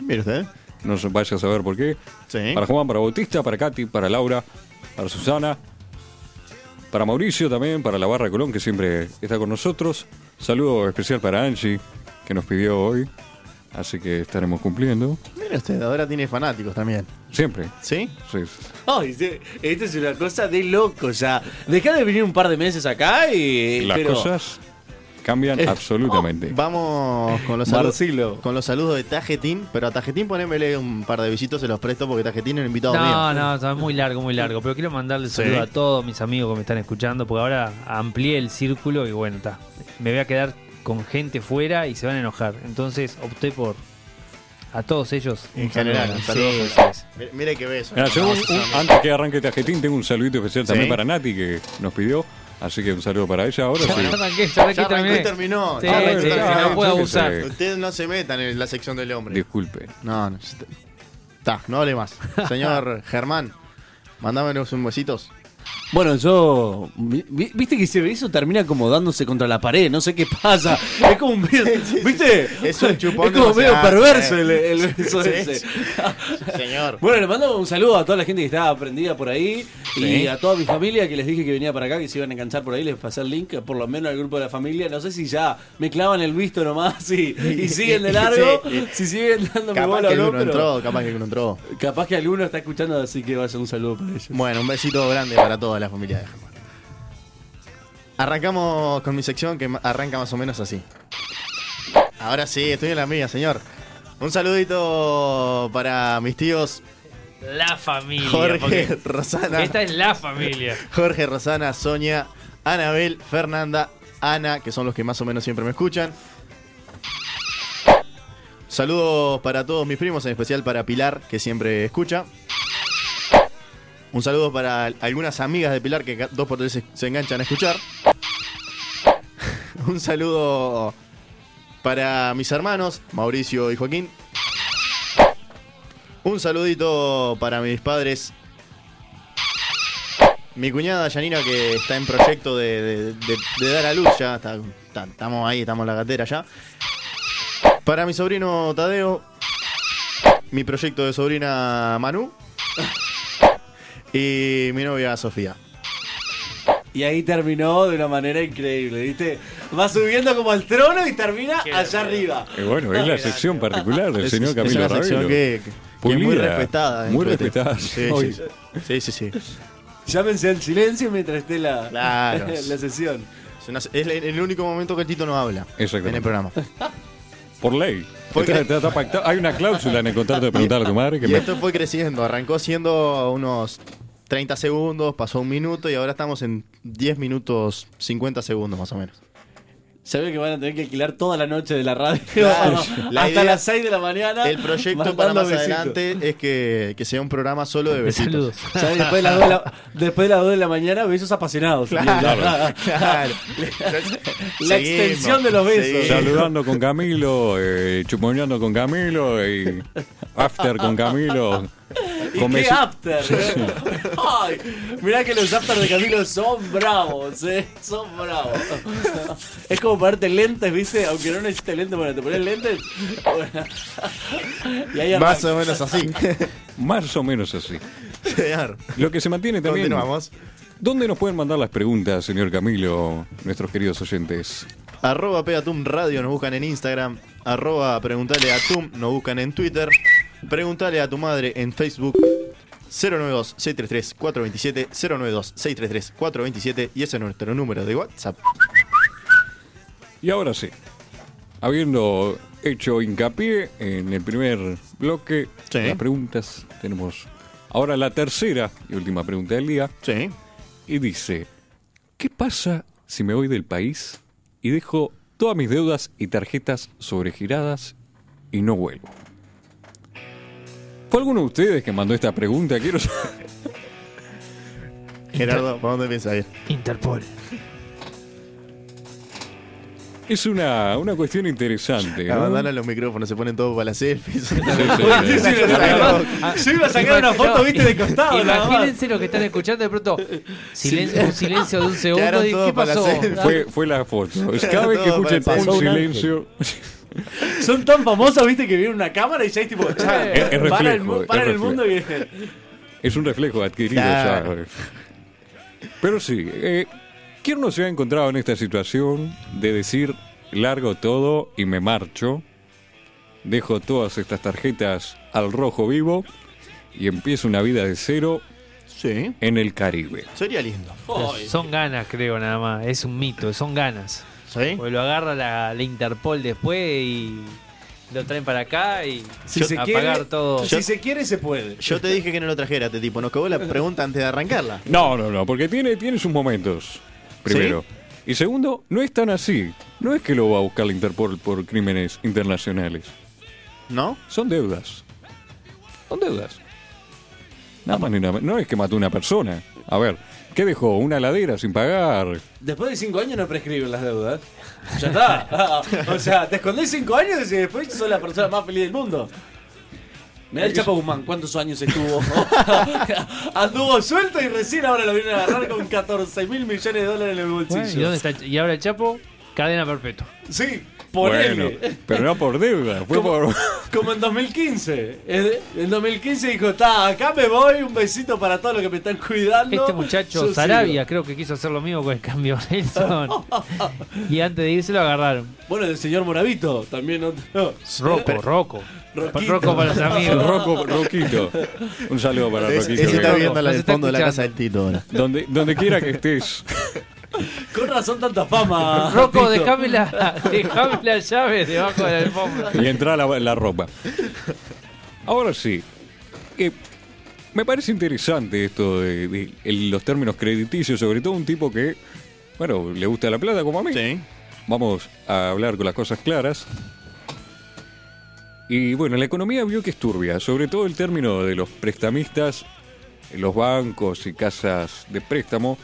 S2: Mire usted.
S1: no se vaya a saber por qué.
S2: Sí.
S1: Para Juan, para Bautista, para Katy, para Laura, para Susana, para Mauricio también, para la Barra Colón, que siempre está con nosotros. Saludo especial para Angie, que nos pidió hoy, así que estaremos cumpliendo.
S2: Mire usted, ahora tiene fanáticos también.
S1: Siempre.
S2: ¿Sí?
S1: Sí, sí.
S5: Ay, sí, esto es una cosa de loco. O sea, dejá de venir un par de meses acá y.
S1: Las
S5: pero-
S1: cosas cambian absolutamente.
S2: Vamos con los saludos.
S5: Marcelo.
S2: Con los saludos de Tajetín, pero a Tajetín ponémele un par de besitos, se los presto porque Tajetín es un invitado mío.
S3: No, no, está muy largo, muy largo. Pero quiero mandarle
S2: Sí.
S3: saludo a todos mis amigos que me están escuchando, porque ahora amplié el círculo y bueno, está. Me voy a quedar con gente fuera y se van a enojar. Entonces opté por a todos ellos.
S2: En
S3: un
S2: general,
S3: saludo.
S2: un saludo.
S3: Sí, sí, sí.
S2: Mire- Mire qué beso.
S1: Mira, yo un- un- antes que arranque Tajetín, tengo un saludito especial también
S2: Sí.
S1: para Nati que nos pidió. Así que un saludo para ella ahora.
S3: Ya
S1: Sí.
S3: arranqué, ya arranqué,
S2: Ya arrancó y
S3: terminé.
S2: terminó.
S3: Sí,
S2: Ya arrancó y
S3: sí,
S2: terminó.
S3: no puedo
S1: Sí,
S3: abusar.
S1: sí.
S2: Ustedes no se metan en la sección del hombre.
S1: Disculpe.
S2: No, no. Está, no hable más. Señor Germán, mandámenos un huesitos.
S5: Bueno, yo. vi- vi- Viste que se- eso termina como dándose contra la pared, no sé qué pasa. Es como un medio- ¿Viste?
S2: Es un chupón
S5: Es como medio
S2: demasiado,
S5: perverso
S2: eh.
S5: el, el beso
S2: Sí,
S5: ese.
S2: sí. Señor.
S5: Bueno, le mando un saludo a toda la gente que está prendida por ahí y
S2: Sí.
S5: a toda mi familia que les dije que venía para acá, que se iban a enganchar por ahí, les pasé el link, por lo menos al grupo de la familia. No sé si ya me clavan el visto nomás y, y siguen de largo,
S2: Sí.
S5: si siguen dándome
S2: Capaz
S5: bola
S2: que
S5: o no,
S2: alguno
S5: pero
S2: entró, capaz que alguno entró.
S5: capaz que alguno está escuchando, así que vaya un saludo para ellos.
S2: Bueno, un besito grande para toda la familia de Germán. Arrancamos con mi sección que ma- arranca más o menos así. Ahora sí, estoy en la mía, señor. Un saludito para mis tíos
S3: La familia.
S2: Jorge,
S3: porque
S2: Rosana,
S3: Esta es la familia.
S2: Jorge, Rosana, Sonia, Anabel, Fernanda, Ana, que son los que más o menos siempre me escuchan. Saludos para todos mis primos, en especial para Pilar, que siempre escucha. Un saludo para algunas amigas de Pilar que ca- dos por tres se- se enganchan a escuchar. Un saludo para mis hermanos, Mauricio y Joaquín. Un saludito para mis padres, mi cuñada Yanina que está en proyecto de, de- de- de dar a luz ya, está- está- estamos ahí, estamos en la cartera ya. Para mi sobrino Tadeo, mi proyecto de sobrina Manu y mi novia Sofía.
S5: Y ahí terminó de una manera increíble, ¿viste? Va subiendo como al trono y termina allá arriba.
S1: Eh, bueno, es la sección particular del
S2: Es-
S1: señor
S2: es
S1: Camilo
S2: una sección
S1: Ravelo.
S2: que, que- que es muy
S1: Pulida,
S2: respetada. en
S1: muy
S2: Twitter.
S1: respetada.
S2: Sí, sí, sí. Sí, sí, sí.
S5: Llámense al silencio mientras esté la,
S2: Claro.
S5: la sesión.
S2: Es, una- es el- el único momento que el Tito no habla
S1: Exactamente.
S2: en el programa.
S1: Por ley.
S2: Porque-
S1: Está- está- está pactado. Hay una cláusula en el contrato de preguntar a tu madre que
S2: Y
S1: me-
S2: esto fue creciendo, arrancó siendo unos 30 segundos, pasó un minuto y ahora estamos en 10 minutos 50 segundos más o menos.
S5: Se ve que van a tener que alquilar toda la noche de la radio.
S2: Claro. La
S5: hasta
S2: idea-
S5: las 6 de la mañana.
S2: El proyecto
S5: Ah. mandando
S2: para más
S5: besitos.
S2: adelante es que, que sea un programa solo de
S3: De
S2: besitos.
S3: saludos.
S5: Ya después de las 2 de la, después de, las 2 de la mañana, besos apasionados.
S2: Claro, claro.
S5: La extensión de los besos.
S2: seguimos.
S1: Saludando con Camilo, eh, chuponeando con Camilo y after con Camilo.
S5: ¿Y
S1: Con
S5: qué
S1: besi-
S5: after? eh? Ay, mirá que los after de Camilo son bravos, eh. Son bravos. Es como ponerte lentes, ¿viste? Aunque no necesites lentes, bueno, te pones lentes. bueno. Y ahí
S2: Más
S5: arranca.
S2: o menos así.
S1: Más o menos así.
S2: Señor,
S1: Lo que se mantiene también.
S2: continuamos.
S1: ¿Dónde nos pueden mandar las preguntas, señor Camilo, nuestros queridos oyentes?
S2: Arroba Pegatum Radio nos buscan en Instagram. Arroba Preguntale a Tum nos buscan en Twitter. Preguntale a tu madre en Facebook. 092-633-427. 092-633-427. Y ese es nuestro número de WhatsApp.
S1: Y ahora sí, habiendo hecho hincapié en el primer bloque,
S2: Sí.
S1: las preguntas, tenemos ahora la tercera y última pregunta del día.
S2: Sí.
S1: y dice, ¿qué pasa si me voy del país y dejo todas mis deudas y tarjetas sobregiradas y no vuelvo? ¿Fue alguno de ustedes que mandó esta pregunta? Quiero saber.
S2: Gerardo, ¿para dónde piensas ir?
S3: Interpol.
S1: Es una, una cuestión interesante. ¿no?
S2: Abandonan los micrófonos, se ponen todos para las selfies.
S1: Sí, sí, sí.
S5: Yo iba a sacar una foto, viste, de costado. nada más.
S3: Ah, Imagínense lo que están escuchando de pronto. Silencio, un silencio de un segundo.
S2: Quedaron
S3: ¿Y
S2: todos
S3: qué
S2: para
S3: pasó?
S2: hacer-
S1: Fue, fue la foto. Cada vez que
S2: Todo
S1: escuchen
S2: parece-
S1: un
S4: Pasó un ángel.
S1: silencio,
S5: Son tan famosos, viste, que viene una cámara y ya es tipo. ya,
S1: Es- es
S5: para el,
S1: reflejo,
S5: mu-
S1: es
S5: para el
S1: reflejo.
S5: mundo y.
S1: es un reflejo adquirido
S2: Claro.
S1: ya. Pero sí, eh, ¿quién no se ha encontrado en esta situación de decir largo todo y me marcho? Dejo todas estas tarjetas al rojo vivo y empiezo una vida de cero
S2: Sí.
S1: en el Caribe.
S2: Sería lindo.
S3: Son ganas, creo, nada más. Es un mito, son ganas.
S2: ¿Sí?
S3: Porque lo agarra la, la Interpol después y lo traen para acá y
S5: Si se
S3: apagar
S5: quiere,
S3: todo.
S5: Si se quiere, se puede.
S2: Yo te dije que no lo trajera este tipo. Nos cagó la pregunta antes de arrancarla.
S1: No, no, no, porque tiene, tiene sus momentos, primero. Y segundo, no es tan así. No es que lo va a buscar la Interpol por crímenes internacionales.
S2: ¿No?
S1: Son deudas. Son deudas. Nada más ni nada menos. No es que mató una persona. A ver, ¿qué dejó? ¿Una ladera sin pagar?
S5: Después de 5 años no prescriben las deudas. Ya está. o sea, te escondés 5 años y después sos la persona más feliz del mundo. Mirá el Chapo Guzmán, ¿cuántos años estuvo? Anduvo suelto y recién ahora lo vienen a agarrar con 14 mil millones de dólares en el
S3: Bueno, ¿y,
S5: bolsillo.
S3: dónde está el Ch- y ahora el Chapo, cadena perpetua.
S5: Sí, ponele.
S1: Bueno, pero no por deuda, fue
S5: ¿Cómo?
S1: por...
S5: Como en 2015. Eh, En 2015 dijo, está, acá me voy, un besito para todos los que me están cuidando.
S3: Este muchacho,
S5: Yo
S3: Sarabia,
S5: sigo".
S3: creo que quiso hacer lo mismo con el cambio Nelson. y antes de irse lo agarraron.
S5: Bueno, el señor Moravito, también otro.
S3: Rocco, Rocco.
S5: Roquito.
S3: Rocco para los amigos.
S1: Rocco, Roquito. Un saludo para
S2: Ese
S1: Roquito.
S2: ese
S1: que-
S2: está
S3: Rocco,
S2: viendo
S3: nos
S2: la del
S3: está
S2: fondo de la casa
S3: escuchando.
S2: del Tito ahora.
S1: Donde, donde quiera que estés.
S5: Con razón tanta fama.
S3: Rocco,
S5: Tito.
S3: dejame la, dejame la llave debajo de la alfombra.
S1: y entra la, la ropa. Ahora sí, eh, me parece interesante esto de, de el- los términos crediticios, sobre todo un tipo que, bueno, le gusta la plata como a mí.
S2: Sí.
S1: Vamos a hablar con las cosas claras. Y bueno, la economía vio que es turbia, sobre todo el término de los prestamistas, los bancos y casas de préstamo,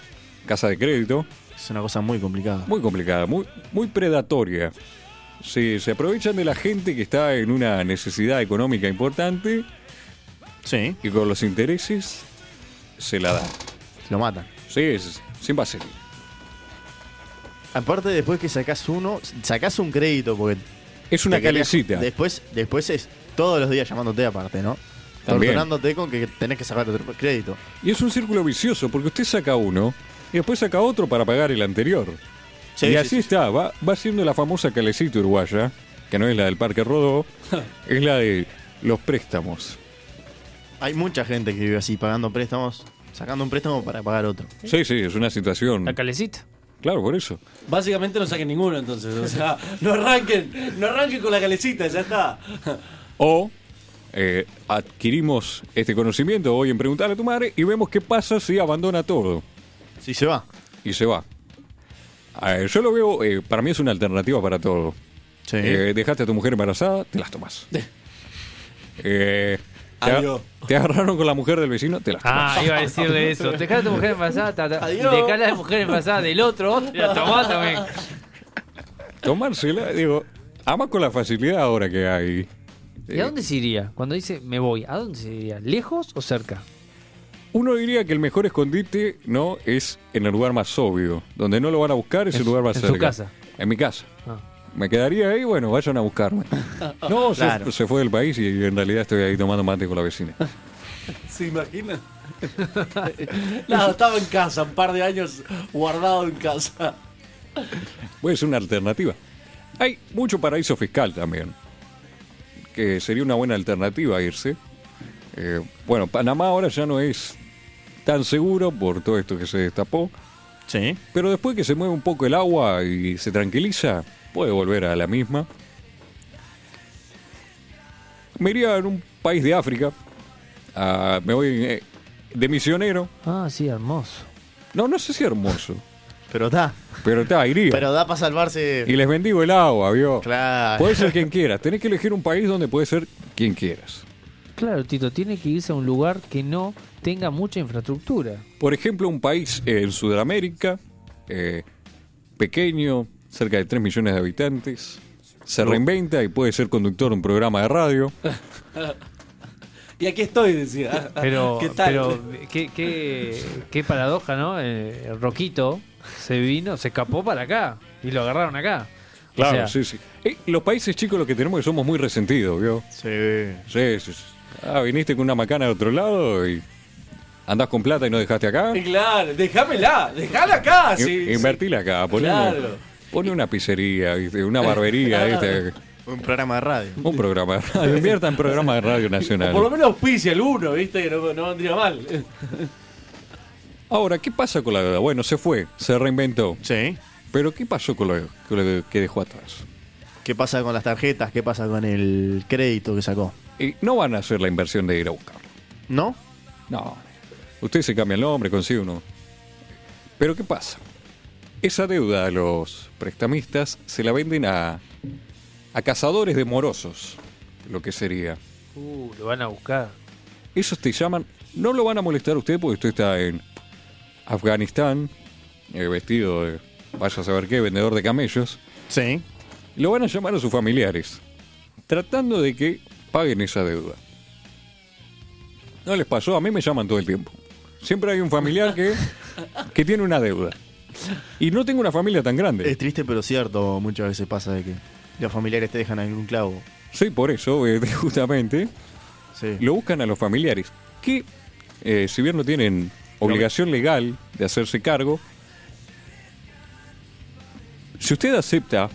S1: casa de crédito.
S2: Es una cosa muy complicada.
S1: Muy complicada, muy, muy predatoria. Se, se aprovechan de la gente que está en una necesidad económica importante
S2: Sí,
S1: y con los intereses se la dan.
S2: lo matan.
S1: Sí, es, sin base.
S2: Aparte, después que sacás uno, sacás un crédito porque.
S1: Es una
S2: te querías-
S1: calecita.
S2: Después, después es todos los días llamándote aparte, ¿no?
S1: También.
S2: Torturándote con que tenés que sacar otro crédito.
S1: Y es un círculo vicioso porque usted saca uno y después saca otro para pagar el anterior.
S2: Sí,
S1: y
S2: sí,
S1: así
S2: sí.
S1: está, va, va siendo la famosa calecita uruguaya, que no es la del Parque Rodó, es la de los préstamos.
S2: Hay mucha gente que vive así, pagando préstamos, sacando un préstamo para pagar otro.
S1: Sí, sí, es una situación.
S3: La calecita.
S1: Claro, por eso.
S5: Básicamente no saquen ninguno entonces. O sea, no arranquen, no arranquen con la calecita, ya está.
S1: O eh, adquirimos este conocimiento hoy en Preguntarle a tu madre y vemos qué pasa si abandona todo
S2: Si se va.
S1: y se va. A ver, yo lo veo, eh, para mí es una alternativa para todo.
S2: Sí.
S1: Eh, dejaste a tu mujer embarazada, te las tomas. Eh, te,
S5: Adiós.
S1: te agarraron con la mujer del vecino, te las tomas.
S3: Ah, iba a decirle eso. Dejá a tu mujer embarazada, ta, ta, y
S5: Adiós.
S3: dejá a la mujer embarazada del otro, te la tomá también.
S1: Tomársela, digo, además con la facilidad ahora que hay. Eh,
S3: ¿Y a dónde se iría? Cuando dice me voy, ¿a dónde se iría? ¿Lejos o cerca?
S1: Uno diría que el mejor escondite no es en el lugar más obvio. Donde no lo van a buscar es
S3: En
S1: el
S3: su-
S1: lugar más
S3: en su
S1: cerca.
S3: casa.
S1: En mi casa.
S3: Ah.
S1: Me quedaría ahí, bueno, vayan a buscarme. No, se-
S2: Claro.
S1: se, fue del país y en realidad estoy ahí tomando mate con la vecina.
S5: ¿Se imaginan? Nada, estaba en casa, un par de años guardado en casa.
S1: Puede ser una alternativa. Hay mucho paraíso fiscal también, que sería una buena alternativa irse. Eh, bueno, Panamá ahora ya no es tan seguro por todo esto que se destapó,
S2: Sí.
S1: pero después que se mueve un poco el agua y se tranquiliza, puede volver a la misma. Me iría en un país de África, Ah, me voy eh, de misionero.
S3: Ah, sí, hermoso.
S1: No, no sé si hermoso,
S2: Pero da.
S1: pero está, iría.
S2: Pero da para salvarse.
S1: Y les bendigo el agua, ¿vio?
S2: Claro.
S1: Puede ser quien quieras. Tenés que elegir un país donde puede ser quien quieras.
S3: Claro, Tito, tiene que irse a un lugar que no tenga mucha infraestructura.
S1: Por ejemplo, un país eh, en Sudamérica, eh, pequeño, cerca de 3 millones de habitantes, se reinventa y puede ser conductor de un programa de radio.
S5: Y aquí estoy, decía.
S3: Pero,
S5: Ah, ¿Qué tal?
S3: pero qué, qué, qué paradoja, ¿no? Eh, el Roquito se vino, se escapó para acá y lo agarraron acá. O sea,
S1: sí, sí. Eh, los países chicos lo que tenemos es que somos muy resentidos, ¿vio?
S2: Sí.
S1: Sí, sí, sí. Ah, viniste con una macana de otro lado y andás con plata y no dejaste acá.
S5: Y Claro, déjamela, déjala acá.
S1: In-
S5: sí, sí.
S1: Invertila acá, ponle,
S5: Claro.
S1: ponle una pizzería, ¿viste? una barbería, ¿viste?
S2: Un programa de radio.
S1: Un programa de radio. Invierta en programa de radio
S5: O por lo
S1: nacional.
S5: menos auspicia el uno, ¿viste? Que no, no vendría mal.
S1: Ahora, ¿qué pasa con la deuda? Bueno, se fue, se reinventó.
S2: Sí.
S1: Pero ¿qué pasó con lo, con lo que dejó atrás?
S2: ¿Qué pasa con las tarjetas? ¿Qué pasa con el crédito que sacó?
S1: Y no van a hacer la inversión de ir a buscarlo.
S2: ¿No?
S1: No. Usted se cambia el nombre, consigue uno. Pero ¿qué pasa? Esa deuda a los prestamistas se la venden a, a cazadores de morosos, lo que sería.
S3: uh, lo van a buscar.
S1: Esos te llaman, no lo van a molestar a usted porque usted está en Afganistán, eh, vestido de, vaya a saber qué, vendedor de camellos.
S2: Sí.
S1: Lo van a llamar a sus familiares, tratando de que paguen esa deuda. No les pasó, a mí me llaman todo el tiempo. Siempre hay un familiar que, que tiene una deuda. Y no tengo una familia tan grande.
S2: Es triste pero cierto, muchas veces pasa de que los familiares te dejan algún clavo.
S1: Sí, por eso, eh, justamente,
S2: Sí.
S1: lo buscan a los familiares, que eh, si bien no tienen obligación legal de hacerse cargo, si usted acepta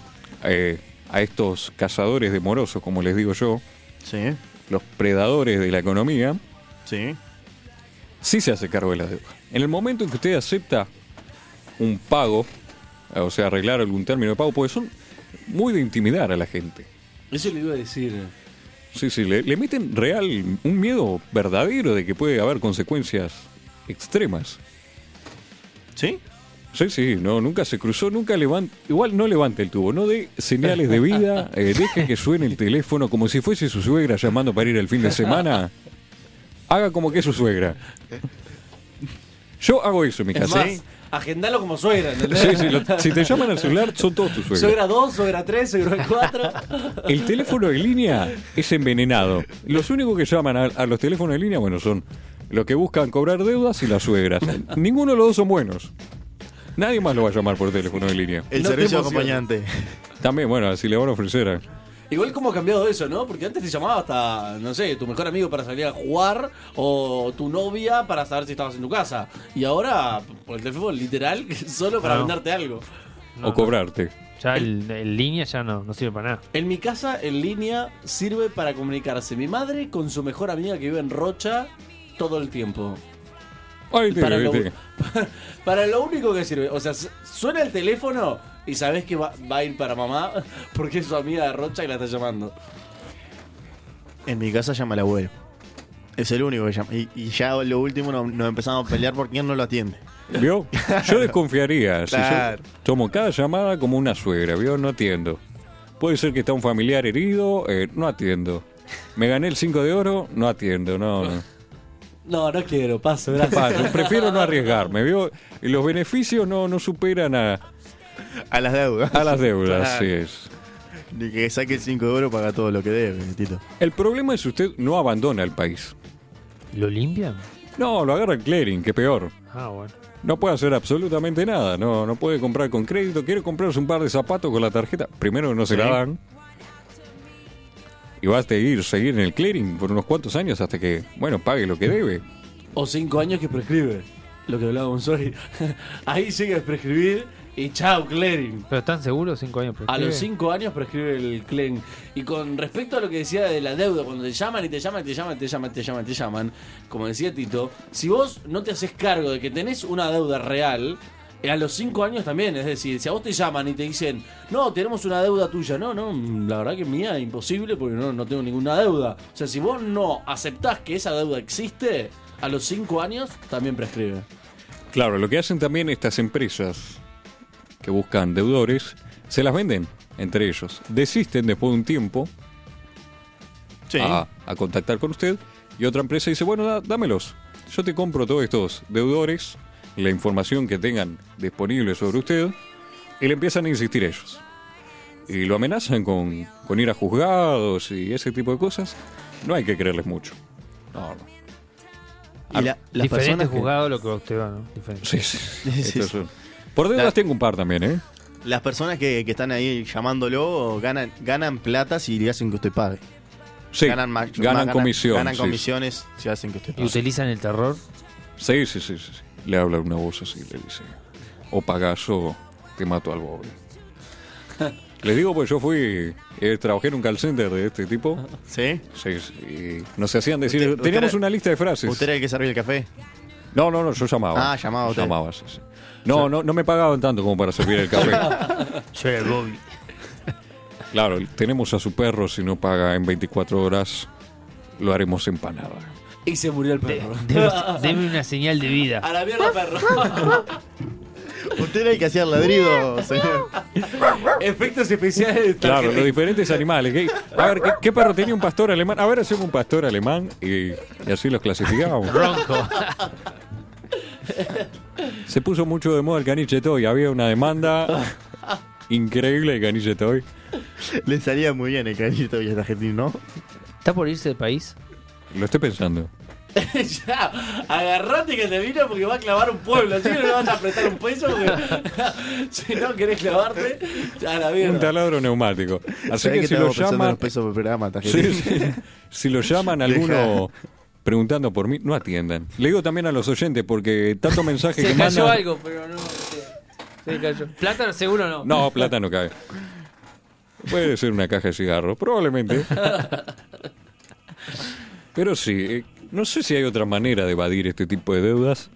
S1: eh, a estos cazadores de morosos, como les digo yo,
S2: Sí,
S1: los predadores de la economía,
S2: sí.
S1: sí se hace cargo de la deuda. En el momento en que usted acepta un pago, o sea, arreglar algún término de pago, porque son muy de intimidar a la gente.
S5: Eso le iba a decir.
S1: Sí, sí, le, le meten real un miedo verdadero de que puede haber consecuencias extremas.
S2: ¿Sí?
S1: Sí, sí, no, nunca se cruzó, nunca levanta, igual no levante el tubo, no dé señales de vida, eh, deje que suene el teléfono como si fuese su suegra llamando para ir el fin de semana. Haga como que es su suegra. Yo hago eso en mi
S5: Es
S1: casa.
S5: más, agendalo como suegra, ¿entendés?
S1: ¿Ah, Sí, sí, lo- si te llaman al celular, son todos tus suegros.
S5: Suegra 2, suegra 3, suegra 4.
S1: El teléfono en línea es envenenado. Los únicos que llaman a, a los teléfonos en línea, bueno, son los que buscan cobrar deudas y las suegras. Ninguno de los dos son buenos. Nadie más lo va a llamar por teléfono en línea.
S2: El
S5: No te
S2: servicio
S5: emociona.
S2: acompañante.
S1: También, bueno, si le van a ofrecer a-
S5: Igual como ha cambiado eso, ¿no? Porque antes te llamaba hasta, no sé, tu mejor amigo para salir a jugar o tu novia para saber si estabas en tu casa. Y ahora, por el teléfono literal, solo para
S3: No.
S5: venderte algo.
S3: No,
S1: o cobrarte.
S3: Ya el, el línea ya no, no sirve para nada.
S5: En mi casa, en línea, sirve para comunicarse mi madre con su mejor amiga que vive en Rocha todo el tiempo.
S1: Ahí te-
S5: Para lo,
S1: te-
S5: para lo único que sirve. O sea, su- suena el teléfono y sabes que va, va a ir para mamá porque es su amiga de Rocha y la está llamando.
S2: En mi casa llama el abuelo. Es el único que llama. Y, y ya lo último no- nos, empezamos a pelear por quién no lo atiende.
S1: ¿Vio? Yo desconfiaría. Si yo
S2: Claro.
S1: tomo cada llamada como una suegra, ¿vio? No atiendo. Puede ser que está un familiar herido, eh, no atiendo. Me gané el 5 de oro, no atiendo, no. no.
S5: No, no quiero, paso, gracias.
S1: Paso, prefiero no arriesgarme, ¿vio? Y Los beneficios no, no superan a,
S2: A las deudas.
S1: a las deudas,
S2: Claro.
S1: así es.
S2: Ni que saque el 5 de oro paga todo lo que debe, Tito.
S1: El problema es usted no abandona el país.
S3: ¿Lo limpian?
S1: No, lo agarra el clearing, que peor.
S3: Ah, bueno.
S1: No puede hacer absolutamente nada, no, no puede comprar con crédito, quiere comprarse un par de zapatos con la tarjeta, primero no se la
S2: Sí.
S1: dan. Y va a seguir, seguir en el clearing por unos cuantos años hasta que, bueno, pague lo que debe.
S5: O cinco años que prescribe. Lo que hablábamos hoy. Ahí sigue a prescribir y chao, clearing.
S3: ¿Pero están seguros cinco años?
S5: A
S3: prescribe?
S5: los cinco años prescribe el clearing. Y con respecto a lo que decía de la deuda, cuando te llaman y te llaman y te llaman y te llaman y te llaman y te llaman, como decía Tito, si vos no te haces cargo de que tenés una deuda real, eh, a los cinco años también, es decir, si a vos te llaman y te dicen, no, tenemos una deuda tuya, no, no, mm, la verdad que mía, imposible porque no, no tengo ninguna deuda. O sea, si vos no aceptás que esa deuda existe, a los cinco años también prescribe.
S1: Claro, lo que hacen también estas empresas que buscan deudores, se las venden entre ellos. Desisten después de un tiempo
S2: Sí.
S1: a, a contactar con usted y otra empresa dice, bueno, da- dámelos. Yo te compro todos estos deudores, la información que tengan disponible sobre usted y le empiezan a insistir ellos. Y lo amenazan con, con ir a juzgados y ese tipo de cosas. No hay que creerles mucho. No, no.
S2: Y la- las
S3: Diferente
S2: personas que-
S3: juzgado lo que usted va, ¿no? Diferente.
S1: Sí, sí.
S2: Sí, sí,
S1: Esto es
S2: sí.
S1: un- Por deudas
S2: La-
S1: tengo un par también, ¿eh?
S2: Las personas que, que están ahí llamándolo ganan, ganan plata si le hacen que usted pague.
S1: Sí,
S2: ganan más, más
S1: ganan comisión.
S2: Ganan
S1: sí,
S2: comisiones si hacen que usted
S3: ¿Y
S2: pague.
S3: utilizan el terror?
S1: Sí, sí, sí, sí, sí. Le habla una voz así, le dice. O pagás o te mato al bobo. Les digo, pues yo fui, eh, trabajé en un call center de este tipo.
S2: ¿Sí?
S1: Sí, sí, y nos hacían decir,
S2: Usted- usted
S1: teníamos
S2: era-
S1: una lista de frases.
S2: ¿Usted era el que servía el café?
S1: No, no, no, yo llamaba.
S2: Ah, llamaba usted.
S1: Llamaba, sí, sí. No, no, no me pagaban tanto como para servir el café.
S3: Yo era el Bobby.
S1: claro, tenemos a su perro, si no paga en 24 horas, lo haremos empanada.
S5: Y se murió el perro.
S3: Deme, deme una señal de
S5: A
S3: vida.
S5: la mierda, perro.
S2: Usted era el que hacía el ladrido, señor.
S5: Efectos especiales.
S1: Claro, los diferentes animales. ¿qué? A ver, ¿qué, qué perro tenía un pastor alemán? A ver, hacemos un pastor alemán y, y así los clasificábamos.
S3: Ronco.
S1: Se puso mucho de moda el caniche toy. Había una demanda increíble de caniche toy.
S2: Le salía muy bien el carito y argentino, ¿no?
S3: ¿Está por irse del país?
S1: Lo estoy pensando.
S5: ya, agarrate que te vino porque va a clavar un pueblo. Así que no le vas a apretar un peso porque si no querés clavarte, ya la
S1: Un
S5: mierda.
S1: taladro neumático. Así
S2: ¿Sabés
S1: que,
S2: que
S1: si
S2: te
S1: lo
S2: hago pensando en
S1: llaman.
S2: los pesos por programa,
S1: Sí,
S2: Tajerín?
S1: sí. Si lo llaman alguno preguntando por mí, no atiendan. Le digo también a los oyentes porque tanto mensaje
S7: Se
S1: que
S7: cayó
S1: mandan.
S7: algo, pero no. sí. Se cayó. Plátano seguro no.
S1: No, plata no cabe. Puede ser una caja de cigarros, probablemente. Pero sí, eh, no sé si hay otra manera de evadir este tipo de deudas,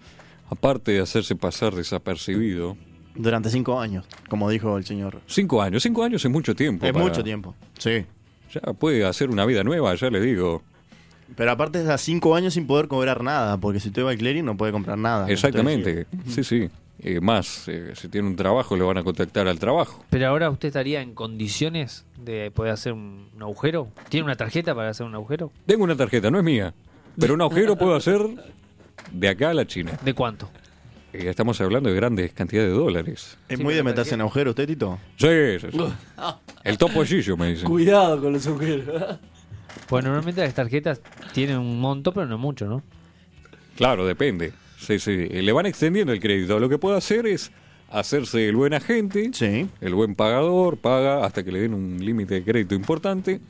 S1: aparte de hacerse pasar desapercibido.
S2: Durante cinco años, como dijo el señor.
S1: Cinco años, cinco años es mucho tiempo.
S2: Es
S1: para-
S2: mucho tiempo. Sí.
S1: Ya puede hacer una vida nueva, ya le digo.
S2: Pero aparte es a cinco años sin poder cobrar nada, porque si te va al clearing Ah, no puede comprar nada.
S1: Exactamente, sí, sí. Eh, más, eh, si tiene un trabajo, le van a contactar al trabajo.
S3: Pero ahora usted estaría en condiciones de poder hacer un, un agujero. ¿Tiene una tarjeta para hacer un agujero?
S1: Tengo una tarjeta, no es mía, pero un agujero puedo hacer de acá a la China.
S3: ¿De cuánto?
S1: Eh, estamos hablando de grandes cantidades de dólares.
S2: Entonces, es muy de meterse en agujero usted, Tito.
S1: Sí, sí, sí. El topo Gillo me dice.
S5: Cuidado con los agujeros.
S3: Pues normalmente las tarjetas tienen un monto, pero no mucho, ¿no?
S1: Claro, depende. Sí, sí. Eh, Le van extendiendo el crédito. Lo que puede hacer es hacerse el buen agente,
S2: Sí.
S1: el buen pagador, paga hasta que le den un límite de crédito importante,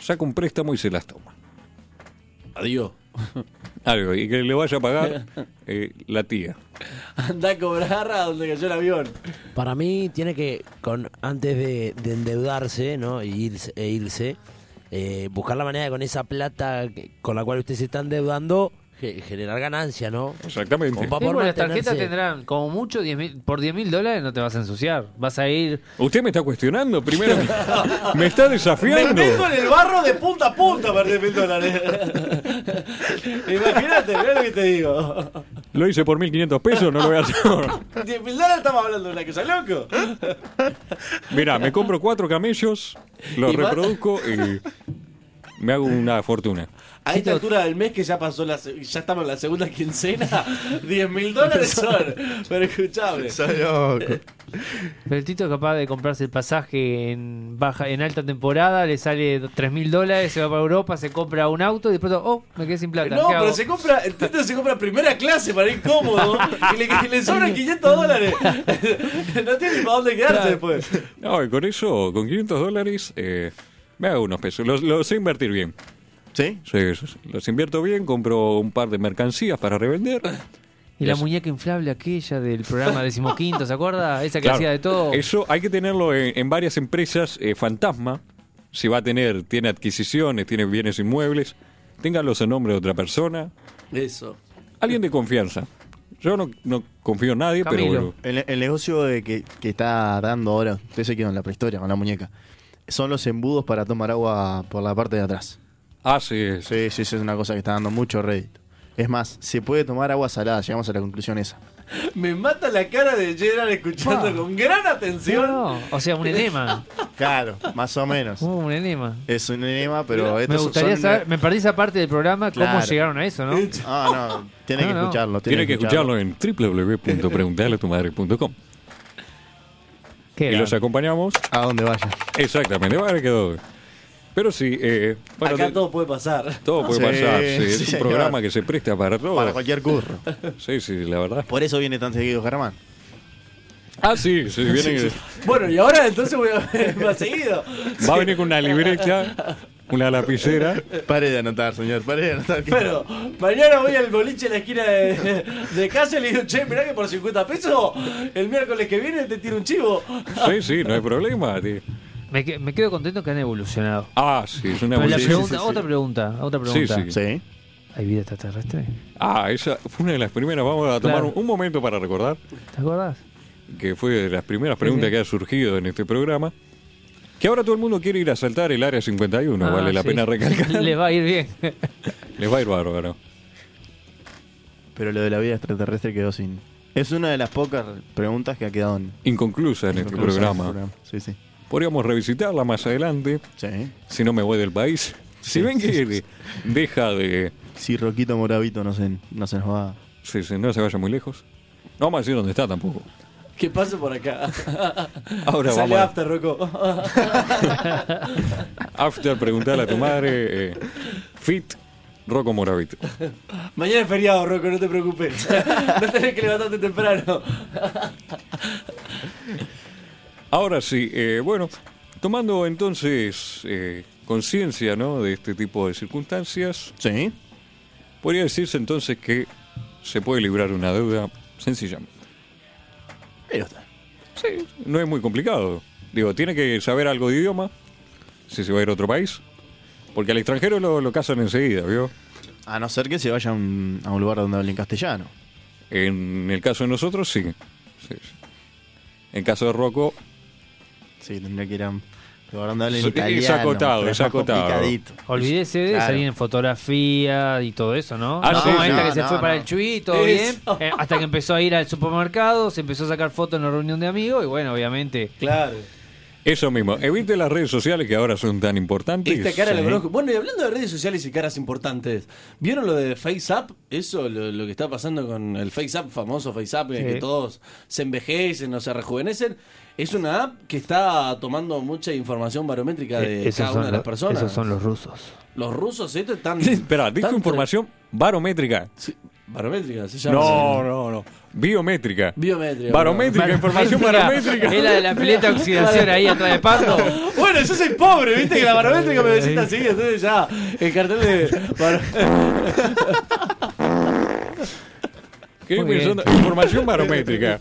S1: saca un préstamo y se las toma.
S5: Adiós.
S1: Algo, y que le vaya a pagar eh, la tía.
S5: Anda a cobrar a donde cayó el avión.
S4: Para mí tiene que, con antes de, de endeudarse ¿no? e irse, e irse, eh, buscar la manera de con esa plata que- con la cual usted se está endeudando ge- generar ganancia, ¿no?
S1: Exactamente.
S4: Como pa-
S3: Sí,
S4: por
S3: bueno, las
S4: mantenerse.
S3: tarjetas tendrán como mucho 10.000 por 10 mil dólares no te vas a ensuciar. Vas a ir.
S1: Usted me está cuestionando primero. me está
S5: Me
S1: desafiando.
S5: meto en el barro de punta a punta para mil dólares. Imagínate, mirá lo que te digo.
S1: Lo hice por 1.500 pesos, no lo voy a hacer.
S5: 10 mil dólares estamos hablando de una cosa, loco.
S1: Mirá, me compro cuatro camellos, los
S5: Y va-
S1: reproduzco y me hago una fortuna.
S5: A esta altura del mes que ya pasó la, se- ya estamos en la segunda quincena, 10 mil dólares son. Pero escuchame.
S2: Sos loco.
S3: Pero el Tito es capaz de comprarse el pasaje en baja en alta temporada, le sale 3 mil dólares, se va para Europa, se compra un auto y después, oh, me quedé sin plata.
S5: No,
S3: ¿qué hago?
S5: pero se compra, el Tito se compra primera clase para ir cómodo y le, y le sobran 500 dólares. No tiene ni para dónde quedarse después.
S1: No, y con eso, con 500 dólares, eh, me hago unos pesos. Los, los sé invertir bien.
S2: ¿Sí?
S1: Sí, sí, sí. Los invierto bien, compro un par de mercancías para revender.
S3: Y Ah, la
S1: Eso.
S3: muñeca inflable aquella del programa decimoquinto, ¿se acuerda? Esa que
S1: Claro,
S3: hacía de todo.
S1: Eso hay que tenerlo en, en varias empresas eh, fantasma. Si va a tener, tiene adquisiciones, tiene bienes inmuebles, ténganlos en nombre de otra persona.
S5: Eso.
S1: Alguien de confianza. Yo no, no confío en nadie, pero bueno.
S3: Camilo.
S2: El, el negocio de que, que está dando ahora, usted se quedó en la prehistoria con la muñeca, son los embudos para tomar agua por la parte de atrás.
S1: Ah, sí, sí.
S2: Sí, sí, eso es una cosa que está dando mucho rédito. Es más, se puede tomar agua salada, llegamos a la conclusión esa.
S5: Me mata la cara de Gerard escuchando con gran atención.
S3: No, o sea, un enema.
S2: Claro, más o menos.
S3: Uh, un enema.
S2: Es un enema, pero
S3: Me
S2: estos son-
S3: gustaría
S2: son-
S3: saber, me perdí esa parte del programa, cómo
S2: Claro.
S3: llegaron a eso, ¿no?
S2: Ah, no, tiene
S3: No,
S2: que
S3: no.
S2: escucharlo.
S1: Tiene que escucharlo en www.preguntalatumadre.com.
S3: Qué
S1: Y los
S3: grande.
S1: acompañamos.
S2: A donde vaya.
S1: Exactamente, vale, quedó. Pero sí, eh, bueno,
S5: Acá
S1: de-
S5: todo puede pasar.
S1: todo puede
S2: Sí,
S1: pasar. sí,
S2: sí,
S1: es un
S2: señor.
S1: programa que se presta para todo.
S2: Para cualquier curro.
S1: Sí, sí, la verdad.
S2: Por eso viene tan seguido Germán.
S1: Ah, sí, sí, viene,
S5: Bueno, y ahora entonces voy a ver más seguido.
S1: va a venir con una libreta, una lapicera.
S2: Pare de anotar, señor, pare de anotar. que-
S5: Pero mañana voy al boliche en la esquina de, de casa y le digo, che, mirá que por 50 pesos el miércoles que viene te tiro un chivo.
S1: Sí, sí, no hay problema. tío.
S3: Me, que- me quedo contento que han evolucionado.
S1: Ah, sí, es una
S3: Pero la
S1: bolsa.
S3: pregunta, otra pregunta, otra pregunta.
S1: Sí, sí.
S2: Sí.
S3: ¿Hay vida extraterrestre?
S1: Ah, esa fue una de las primeras. Vamos a tomar
S3: Claro.
S1: un momento para recordar.
S3: ¿Te acordás?
S1: que fue de las primeras preguntas
S3: sí.
S1: que ha surgido en este programa, que ahora todo el mundo quiere ir a saltar el área 51,
S3: Ah,
S1: vale la
S3: sí.
S1: pena recalcar.
S3: Les va a ir bien.
S1: Les va a ir bárbaro.
S2: Pero lo de la vida extraterrestre quedó sin. Es una de las pocas preguntas que ha quedado en,
S1: Inconclusa en este programa.
S2: Sí, sí.
S1: Podríamos revisitarla más adelante,
S2: Sí.
S1: si no me voy del país. Si ven que deja de...
S2: Si Roquito Moravito no se, no se nos va.
S1: si- si no se vaya muy lejos. No vamos a decir dónde está tampoco.
S5: Que pase por acá.
S1: Ahora
S5: Sale
S1: vamos a-
S5: after, Rocco.
S1: After preguntarle a tu madre, eh, fit, Rocco Moravito.
S5: Mañana es feriado, Rocco, no te preocupes. No tenés que levantarte temprano.
S1: Ahora sí, eh, bueno, tomando entonces eh, conciencia ¿no? de este tipo de circunstancias,
S2: Sí.
S1: podría decirse entonces que se puede librar una deuda sencillamente.
S2: Pero está.
S1: Sí, no es muy complicado. Digo, tiene que saber algo de idioma si se va a ir a otro país. Porque al extranjero lo, lo casan enseguida, ¿vio?
S2: A no ser que se vaya a un, a un lugar donde hablen castellano.
S1: En el caso de nosotros, sí. Sí, sí. En caso de Rocco,
S2: Sí, tendría que ir a un lugar donde hablen
S1: Sí,
S2: italiano.
S1: es acotado,
S2: pero
S1: es
S2: más
S1: acotado.
S2: complicadito.
S3: Olvídese de
S2: Claro.
S3: salir en fotografía y todo eso, ¿no?
S1: Ah,
S3: no,
S1: sí, sí.
S3: esta que
S2: No,
S3: se
S2: no,
S3: fue para
S2: no.
S3: el Chuy, todo
S5: Eso.
S3: bien. Eh, hasta que empezó a ir al supermercado, se empezó a sacar fotos en la reunión de amigos y bueno, obviamente.
S5: Claro.
S1: eso mismo. Evite las redes sociales que ahora son tan importantes.
S5: Esta cara la
S1: Sí.
S5: conozco. Bueno, y hablando de redes sociales y caras importantes, ¿vieron lo de FaceApp? Eso, lo, lo que está pasando con el FaceApp, famoso FaceApp, en el
S3: Sí.
S5: que todos se envejecen o se rejuvenecen. Es una app que está tomando mucha información barométrica de
S3: Eh, esos
S5: cada
S3: son
S5: una de las
S3: los-
S5: personas.
S3: Esos son los rusos.
S5: Los rusos, estos están.
S1: Sí, Espera, dijo
S5: tan-
S1: información barométrica.
S5: Sí, barométrica, se llama.
S1: No, no, no. Biométrica.
S5: Biométrica.
S1: Barométrica, información barométrica.
S3: Es la de la pileta de oxidación ahí atrás de Pato.
S5: Bueno, yo soy pobre, viste que la barométrica me decís así, entonces ya, el cartel de. bar-
S1: ¿Qué
S3: Muy
S1: pensando? Información barométrica.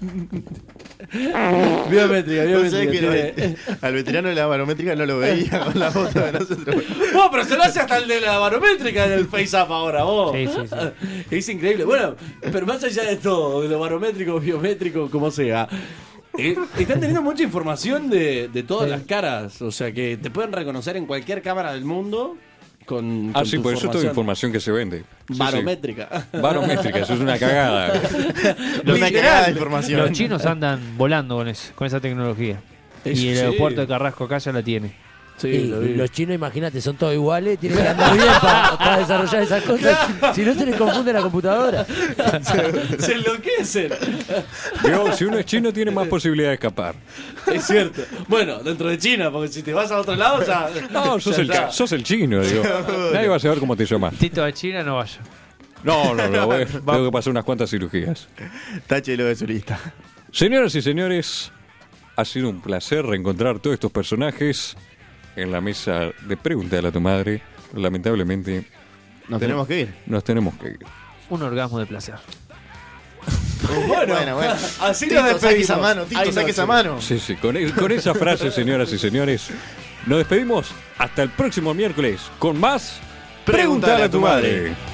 S5: biométrica,
S2: Vos sabés que
S5: biométrica.
S2: no-
S5: tiene-
S2: al veterano de la barométrica no lo veía con la foto de nosotros.
S5: Vos, pero se lo hace hasta el de la barométrica del FaceApp ahora, vos.
S3: Sí, sí,
S5: Es increíble. Bueno, pero más allá de todo, de lo barométrico, biométrico, como sea. eh, están teniendo mucha información de, de todas las caras. O sea, que te pueden reconocer en cualquier cámara del mundo con.
S1: Ah,
S5: con
S1: sí,
S5: tu
S1: por eso es toda información que se vende. Sí, sí.
S5: Barométrica.
S1: Barométrica, eso es una cagada.
S2: Lo
S5: Literal.
S2: cagada de información.
S3: Los chinos andan volando con eso, con esa tecnología.
S5: Sí.
S3: Y el aeropuerto de Carrasco acá ya la tiene.
S5: Sí,
S4: Y
S5: lo vi.
S4: los chinos, imagínate, son todos iguales, tienen que andar bien para, para desarrollar esas cosas. Si no, se les confunde la computadora.
S5: Se enloquecen.
S1: Vio, Si uno es chino, tiene más posibilidad de escapar.
S5: Es cierto. Bueno, dentro de China, porque si te vas a otro lado, ya.
S1: No, sos,
S5: ya
S1: el,
S5: está.
S1: ca- sos el chino, digo. Nadie va a saber cómo te llamas.
S3: Tito de China no vaya.
S1: No, no, no. voy- Tengo que pasar unas cuantas cirugías.
S2: Táchelo de su lista.
S1: Señoras y señores, ha sido un placer reencontrar todos estos personajes en la mesa de Pregunta a tu madre. Lamentablemente
S2: Nos tenemos que ir.
S1: nos tenemos que ir.
S3: Un orgasmo de placer.
S2: Bueno, bueno.
S5: Así
S2: Tito,
S5: nos
S2: saque
S5: despedimos.
S2: esa mano,
S5: Ahí
S2: Tito,
S5: nos
S2: saque esa mano.
S1: Sí, sí, con, e- con esa frase, señoras y señores, nos despedimos hasta el próximo miércoles con más
S2: Preguntale a tu madre.
S1: madre.